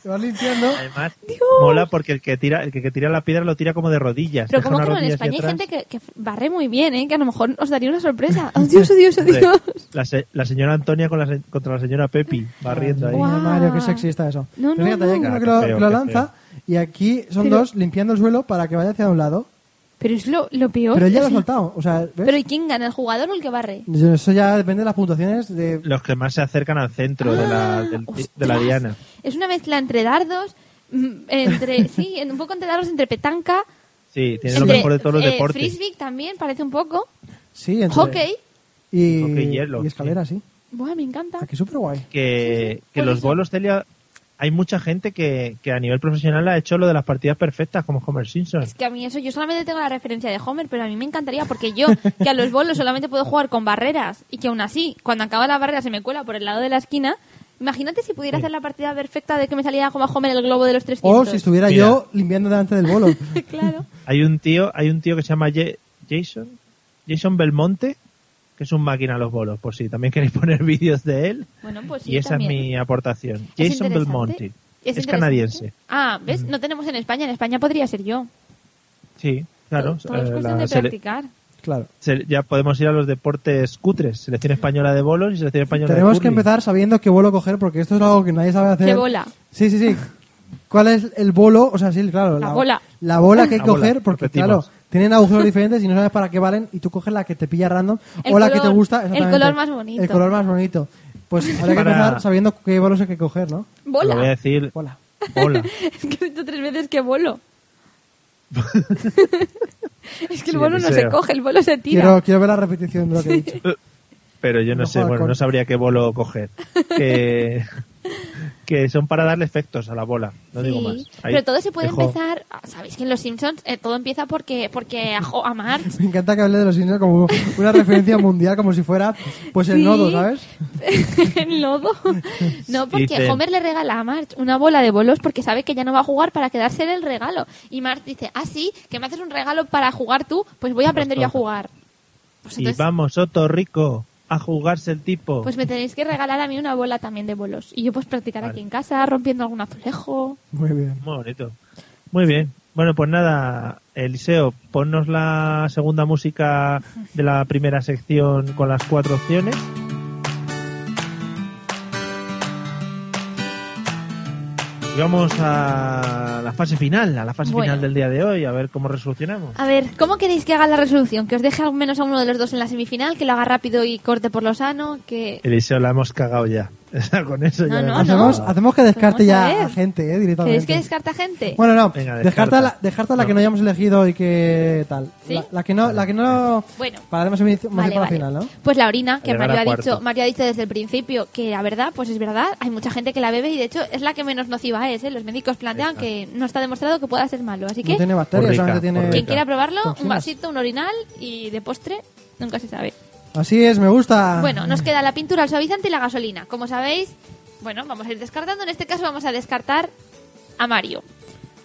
Se va limpiando. Además, Dios. mola porque el que tira el que tira la piedra lo tira como de rodillas. Pero deja como una que no, en rodilla España hay hacia gente atrás. que, que barre muy bien, ¿eh? Que a lo mejor os daría una sorpresa. ¡Oh, Dios, oh, Dios, oh, Hombre, Dios! la, se- la señora Antonia con la se- contra la señora Pepi barriendo ahí. Guau. Ay, Mario, qué sexista eso. No, no, Pero fíjate, hay no. uno que Ah, lo, qué feo, lo qué lanza y aquí son Pero- dos limpiando el suelo para que vaya hacia un lado. Pero es lo, lo peor. Pero ya lo o ha sea, soltado. O sea, ¿ves? ¿Pero y quién gana, el jugador o el que barre? Yo- Eso ya depende de las puntuaciones de... Los que más se acercan al centro de, Ah, la, del- de la ¡Ostras! diana. Es una mezcla entre dardos, mm, entre sí, en- un poco entre dardos, entre petanca, Sí, tiene lo entre, mejor de todos los eh, deportes. frisbee también parece un poco, Sí, entre- hockey, Y, Hockey, hielo, y escalera, sí. Ah, Buah, me encanta. Aquí súper guay. que, que por los eso. bolos, Celia, hay mucha gente que, que a nivel profesional ha hecho lo de las partidas perfectas, como Homer Simpson. Es que a mí eso, yo solamente tengo la referencia de Homer, pero a mí me encantaría porque yo, que a los bolos solamente puedo jugar con barreras y que aún así, cuando acaba la barrera se me cuela por el lado de la esquina. Imagínate si pudiera hacer la partida perfecta de que me saliera como a Homer el globo de los 300. O Oh, si estuviera Mira. yo limpiando delante del bolo. claro. Hay un tío, hay un tío que se llama Ye- Jason, Jason Belmonte, que es un máquina a los bolos, por si también queréis poner vídeos de él. Bueno, pues sí, y esa también. es mi aportación. Es Jason interesante. Belmonte. Es, interesante. canadiense. Ah, ¿ves? No tenemos en España. En España podría ser yo. Sí, claro. Todo es Pues, eh, cuestión la de sele- practicar. Claro. se- ya podemos ir a los deportes cutres. Selección española de bolos y selección española Tenemos de que curling. empezar sabiendo qué bolo coger porque esto es algo que nadie sabe Eh, hacer. ¿Qué bola? Sí, sí, sí. ¿Cuál es el bolo? O sea, sí, claro. La bola. La bola que hay que La bola, coger porque, repetimos. claro, tienen agujeros diferentes y no sabes para qué valen y tú coges la que te pilla random El o la que color- te gusta. el exactamente. color más bonito. El color más bonito. Pues habría que Para- empezar sabiendo qué bolos hay que coger, ¿no? Lo voy a ¿Bola? decir. Bola. Bola. Es que he visto tres veces que bolo. es que el Sí, bolo no se deseo. coge, el bolo se tira. Quiero, quiero ver la repetición de lo que he dicho. Eh, Pero yo no, No sé, juega bueno, con- no sabría qué bolo coger. Que, que son para darle efectos a la bola, no Sí, digo más. Ahí pero todo se puede dejo- empezar. ah, Sabéis que en Los Simpsons eh, todo empieza porque porque a, Jo- a Marge Me encanta que hable de los Simpsons como una referencia mundial, como si fuera pues el Sí. nodo, ¿sabes? en lodo. No, porque Dice- Homer le regala a Marge una bola de bolos porque sabe que ya no va a jugar para quedarse en el regalo. Y Marge dice, ah, sí, que me haces un regalo para jugar tú, pues voy a aprender yo a toca. jugar. Pues, Y entonces, vamos, Soto Rico, a jugarse el tipo. pues me tenéis que regalar a mí una bola también de bolos. Y yo pues practicar aquí en casa, rompiendo algún azulejo. Muy bien. Muy bonito. Muy bien. Bueno, pues nada, Eliseo, ponnos la segunda música de la primera sección con las cuatro opciones. Y vamos a la fase final, a la fase Bueno. final del día de hoy, a ver cómo resolucionamos. A ver, ¿cómo queréis que haga la resolución? ¿Que os deje al menos a uno de los dos en la semifinal? ¿Que lo haga rápido y corte por lo sano? ¿Que Eliseo, la hemos cagado ya. O sea, con eso ya. No, no, hemos no. Hacemos, cagado. hacemos que Vamos descarte ya a ver. a gente, ¿eh? ¿Queréis Directamente. que descarta gente? Bueno, no. Venga, descarta descarta. la, descarta la No. que no hayamos elegido y que tal. ¿Sí? La, la que no, la que no. Bueno. Pararemos más bien Vale, para vale. final, ¿no? Pues la orina, que Llegar Mario a ha, cuarto. dicho, Mario ha dicho desde el principio que la verdad, pues es verdad, hay mucha gente que la bebe y de hecho es la que menos nociva es. ¿eh? Los médicos plantean que no está demostrado que pueda ser malo. Así No que tiene bacterias, Por rica, solamente tiene. por quien rica. quiera probarlo, un Toxinas. vasito, un orinal y de postre, nunca se sabe. Así es, me gusta. Bueno, nos queda la pintura, el suavizante y la gasolina. Como sabéis, bueno, vamos a ir descartando. En este caso vamos a descartar a Mario.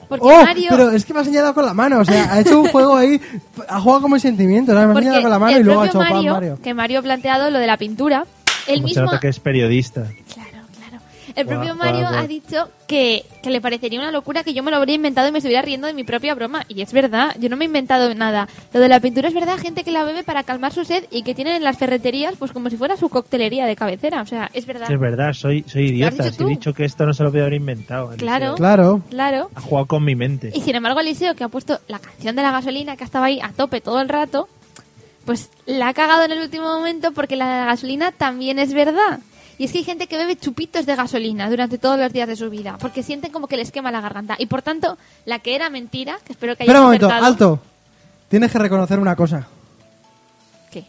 Porque Oh, Mario... pero es que me ha señalado con la mano, o sea, ha hecho un juego ahí, ha jugado como en sentimiento, ¿sabes? me ha porque señalado con la mano el y luego ha propio hecho pan, Mario. Mario, que Mario ha planteado lo de la pintura, él Como Pues se mismo nota que es periodista. Claro, claro. El Guau, propio guau, Mario guau. ha dicho que, que le parecería una locura que yo me lo habría inventado y me estuviera riendo de mi propia broma. Y es verdad, yo no me he inventado nada. Lo de la pintura es verdad, gente que la bebe para calmar su sed y que tienen en las ferreterías pues como si fuera su coctelería de cabecera. O sea, es verdad. Es verdad, soy, soy idiota. dicho Si he tú. dicho que esto no se lo podía haber inventado. Eliseo. Claro. Claro. Claro. Ha jugado con mi mente. Y sin embargo, Eliseo, que ha puesto la canción de la gasolina, que estaba ahí a tope todo el rato, pues la ha cagado en el último momento porque la de la gasolina también es verdad. Y es que hay gente que bebe chupitos de gasolina durante todos los días de su vida, porque sienten como que les quema la garganta. Y por tanto, la que era mentira, que espero que haya Espera un momento, acertado- alto. Tienes que reconocer una cosa. ¿Qué?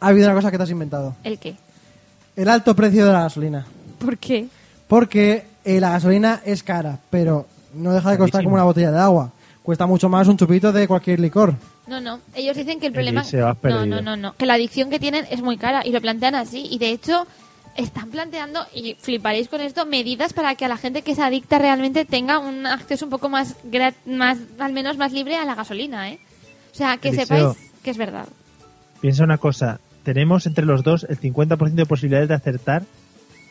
Ha habido una cosa que te has inventado. ¿El qué? El alto precio de la gasolina. ¿Por qué? Porque eh, la gasolina es cara, pero no deja de costar Carísima. como una botella de agua. cuesta mucho más un chupito de cualquier licor. No, no. Ellos dicen que el problema. Elise, has no, perdido. no, no, no. Que la adicción que tienen es muy cara y lo plantean así. Y de hecho, están planteando, y fliparéis con esto, medidas para que a la gente que es adicta realmente tenga un acceso un poco más, grat- más al menos más libre a la gasolina, ¿eh? O sea, que Eliseo. sepáis que es verdad. Piensa una cosa, tenemos entre los dos el 50% de posibilidades de acertar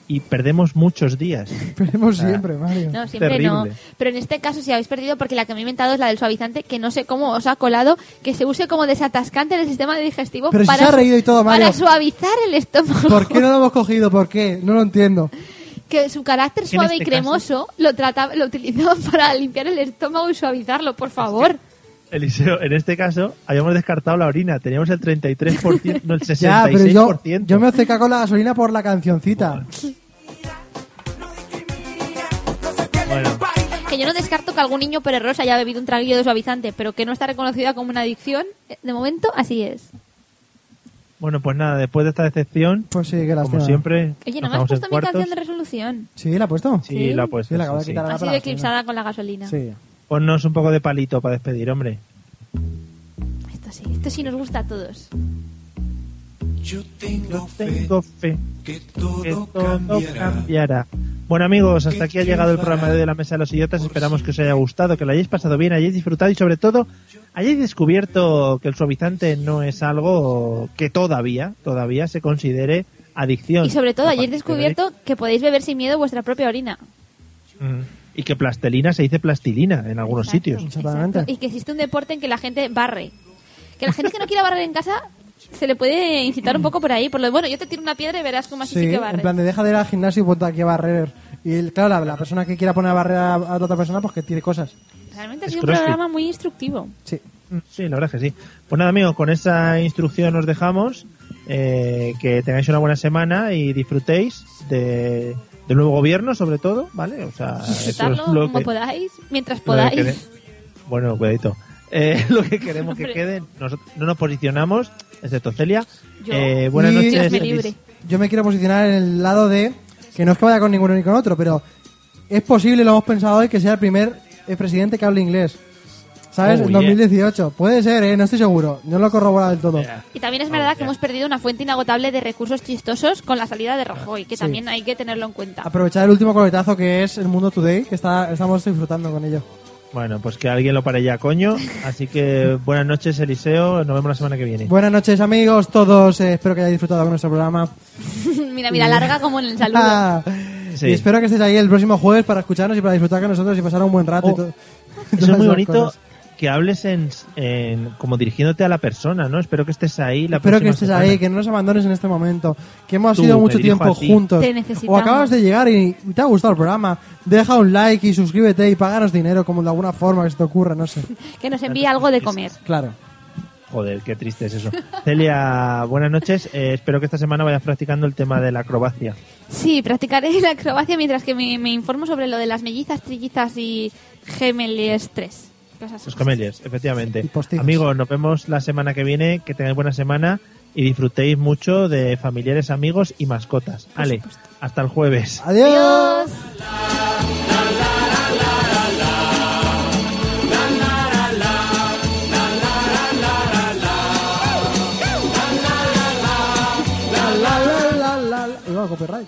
y perdemos muchos días. Esperemos Ah. siempre, Mario. No, siempre no. terrible. Pero en este caso, si habéis perdido, porque la que me he inventado es la del suavizante, que no sé cómo os ha colado, que se use como desatascante en el sistema digestivo Pero si para, se ha su- reído y todo, Mario. para suavizar el estómago. ¿Por qué no lo hemos cogido? ¿Por qué? No lo entiendo. que su carácter Que en suave y este cremoso lo trataba, lo utilizaban para limpiar el estómago y suavizarlo, por favor. Eliseo, en este caso habíamos descartado la orina, teníamos el 33%, no el 66%. Ya, pero yo, yo me obceca con la gasolina por la cancioncita. Bueno, Que yo no descarto que algún niño perezoso haya bebido un traguillo de suavizante, pero que no está reconocida como una adicción, eh, de momento así es. bueno, pues nada, después de esta decepción, Pues sí, que la como siempre, Oye, no nos me has estamos en puesto mi cuartos. canción de resolución. Sí, la ha puesto. Sí, la he puesto, Sí, la acabo de sí, quitar sí. a la Ha sido palabra, eclipsada con la gasolina. Sí. Ponnos un poco de palito para despedir, hombre. Esto sí, esto sí nos gusta a todos. Tengo fe que todo cambiará. Bueno amigos, hasta aquí ha llegado el programa de hoy de la Mesa de los Idiotas. Esperamos que os haya gustado, que lo hayáis pasado bien, hayáis disfrutado y sobre todo hayáis descubierto que el suavizante no es algo que todavía, todavía se considere adicción. Y sobre todo, Aparte ayer de- descubierto que podéis beber sin miedo vuestra propia orina. Mm. Y que plastelina se dice plastilina en algunos Exacto, sitios. Exactamente. exacto. Y que existe un deporte en que la gente barre. Que la gente que no quiera barrer en casa se le puede incitar un poco por ahí. Por lo bueno, yo te tiro una piedra y verás cómo así sí, Sí, que en barres. plan de deja de ir al gimnasio y ponte aquí a barrer. Y el- claro, la, la persona que quiera poner a barrer a, a la otra persona, pues que tire cosas. Realmente ha es sido un crossfit. programa muy instructivo. Sí. Mm, Sí, la verdad es que sí. Pues nada amigos, con esa instrucción os dejamos. eh, que tengáis una buena semana y disfrutéis de, del nuevo gobierno sobre todo, ¿vale? O sea, eso es Disfrutarlo lo como que- podáis, mientras Lo que podáis. quere- Bueno, cuidadito. Eh, lo que queremos que Hombre. quede, nosotros no nos posicionamos, excepto Celia. Yo. Eh, buenas Y- noches. Dios me Alice. libre. Yo me quiero posicionar en el lado de que no es que vaya con ninguno ni con otro, pero es posible, lo hemos pensado hoy, que sea el primer eh, presidente que hable inglés. ¿Sabes? Oh, en yeah. 2018. Puede ser, ¿eh? No estoy seguro. No lo he corroborado del todo. Yeah. Y también es verdad que hemos perdido una fuente inagotable de recursos chistosos con la salida de Rajoy, que Sí. también hay que tenerlo en Ah. cuenta. Aprovechar el último coletazo que es el Mundo Today, que está, estamos disfrutando con ello. Bueno, pues que alguien lo pare ya, coño. Así que buenas noches, Eliseo. Nos vemos la semana que viene. Buenas noches, amigos, todos. Eh, espero que hayáis disfrutado con nuestro programa. mira, mira, larga como en el saludo. Ah, Sí. Y espero que estéis ahí el próximo jueves para escucharnos y para disfrutar con nosotros y pasar un buen rato. y Oh, todo. Eso es Todas muy esas bonito cosas. que hables en, en- como dirigiéndote a la persona, ¿no? Espero que estés ahí. La Espero que próxima estés semana. ahí, que no nos abandones en este momento, que hemos Tú, sido me mucho dirijo tiempo a ti. juntos. Te necesitamos. O acabas de llegar y te ha gustado el programa. Deja un like y suscríbete y páganos dinero como de alguna forma que se te ocurra, no sé. Que nos envíe algo de comer. Claro. Joder, qué triste es eso. Celia, buenas noches. Eh, espero que esta semana vayas practicando el tema de la acrobacia. Sí, practicaré la acrobacia mientras que me, me informo sobre lo de las mellizas, trillizas y gemeles 3. Cosas Los así. camellias, efectivamente. Y postizos. Amigos, nos vemos la semana que viene. Que tengáis buena semana y disfrutéis mucho de familiares, amigos y mascotas. Ale, hasta el jueves. Adiós. Adiós. La, la, la, la, la. Ahí va, copyright.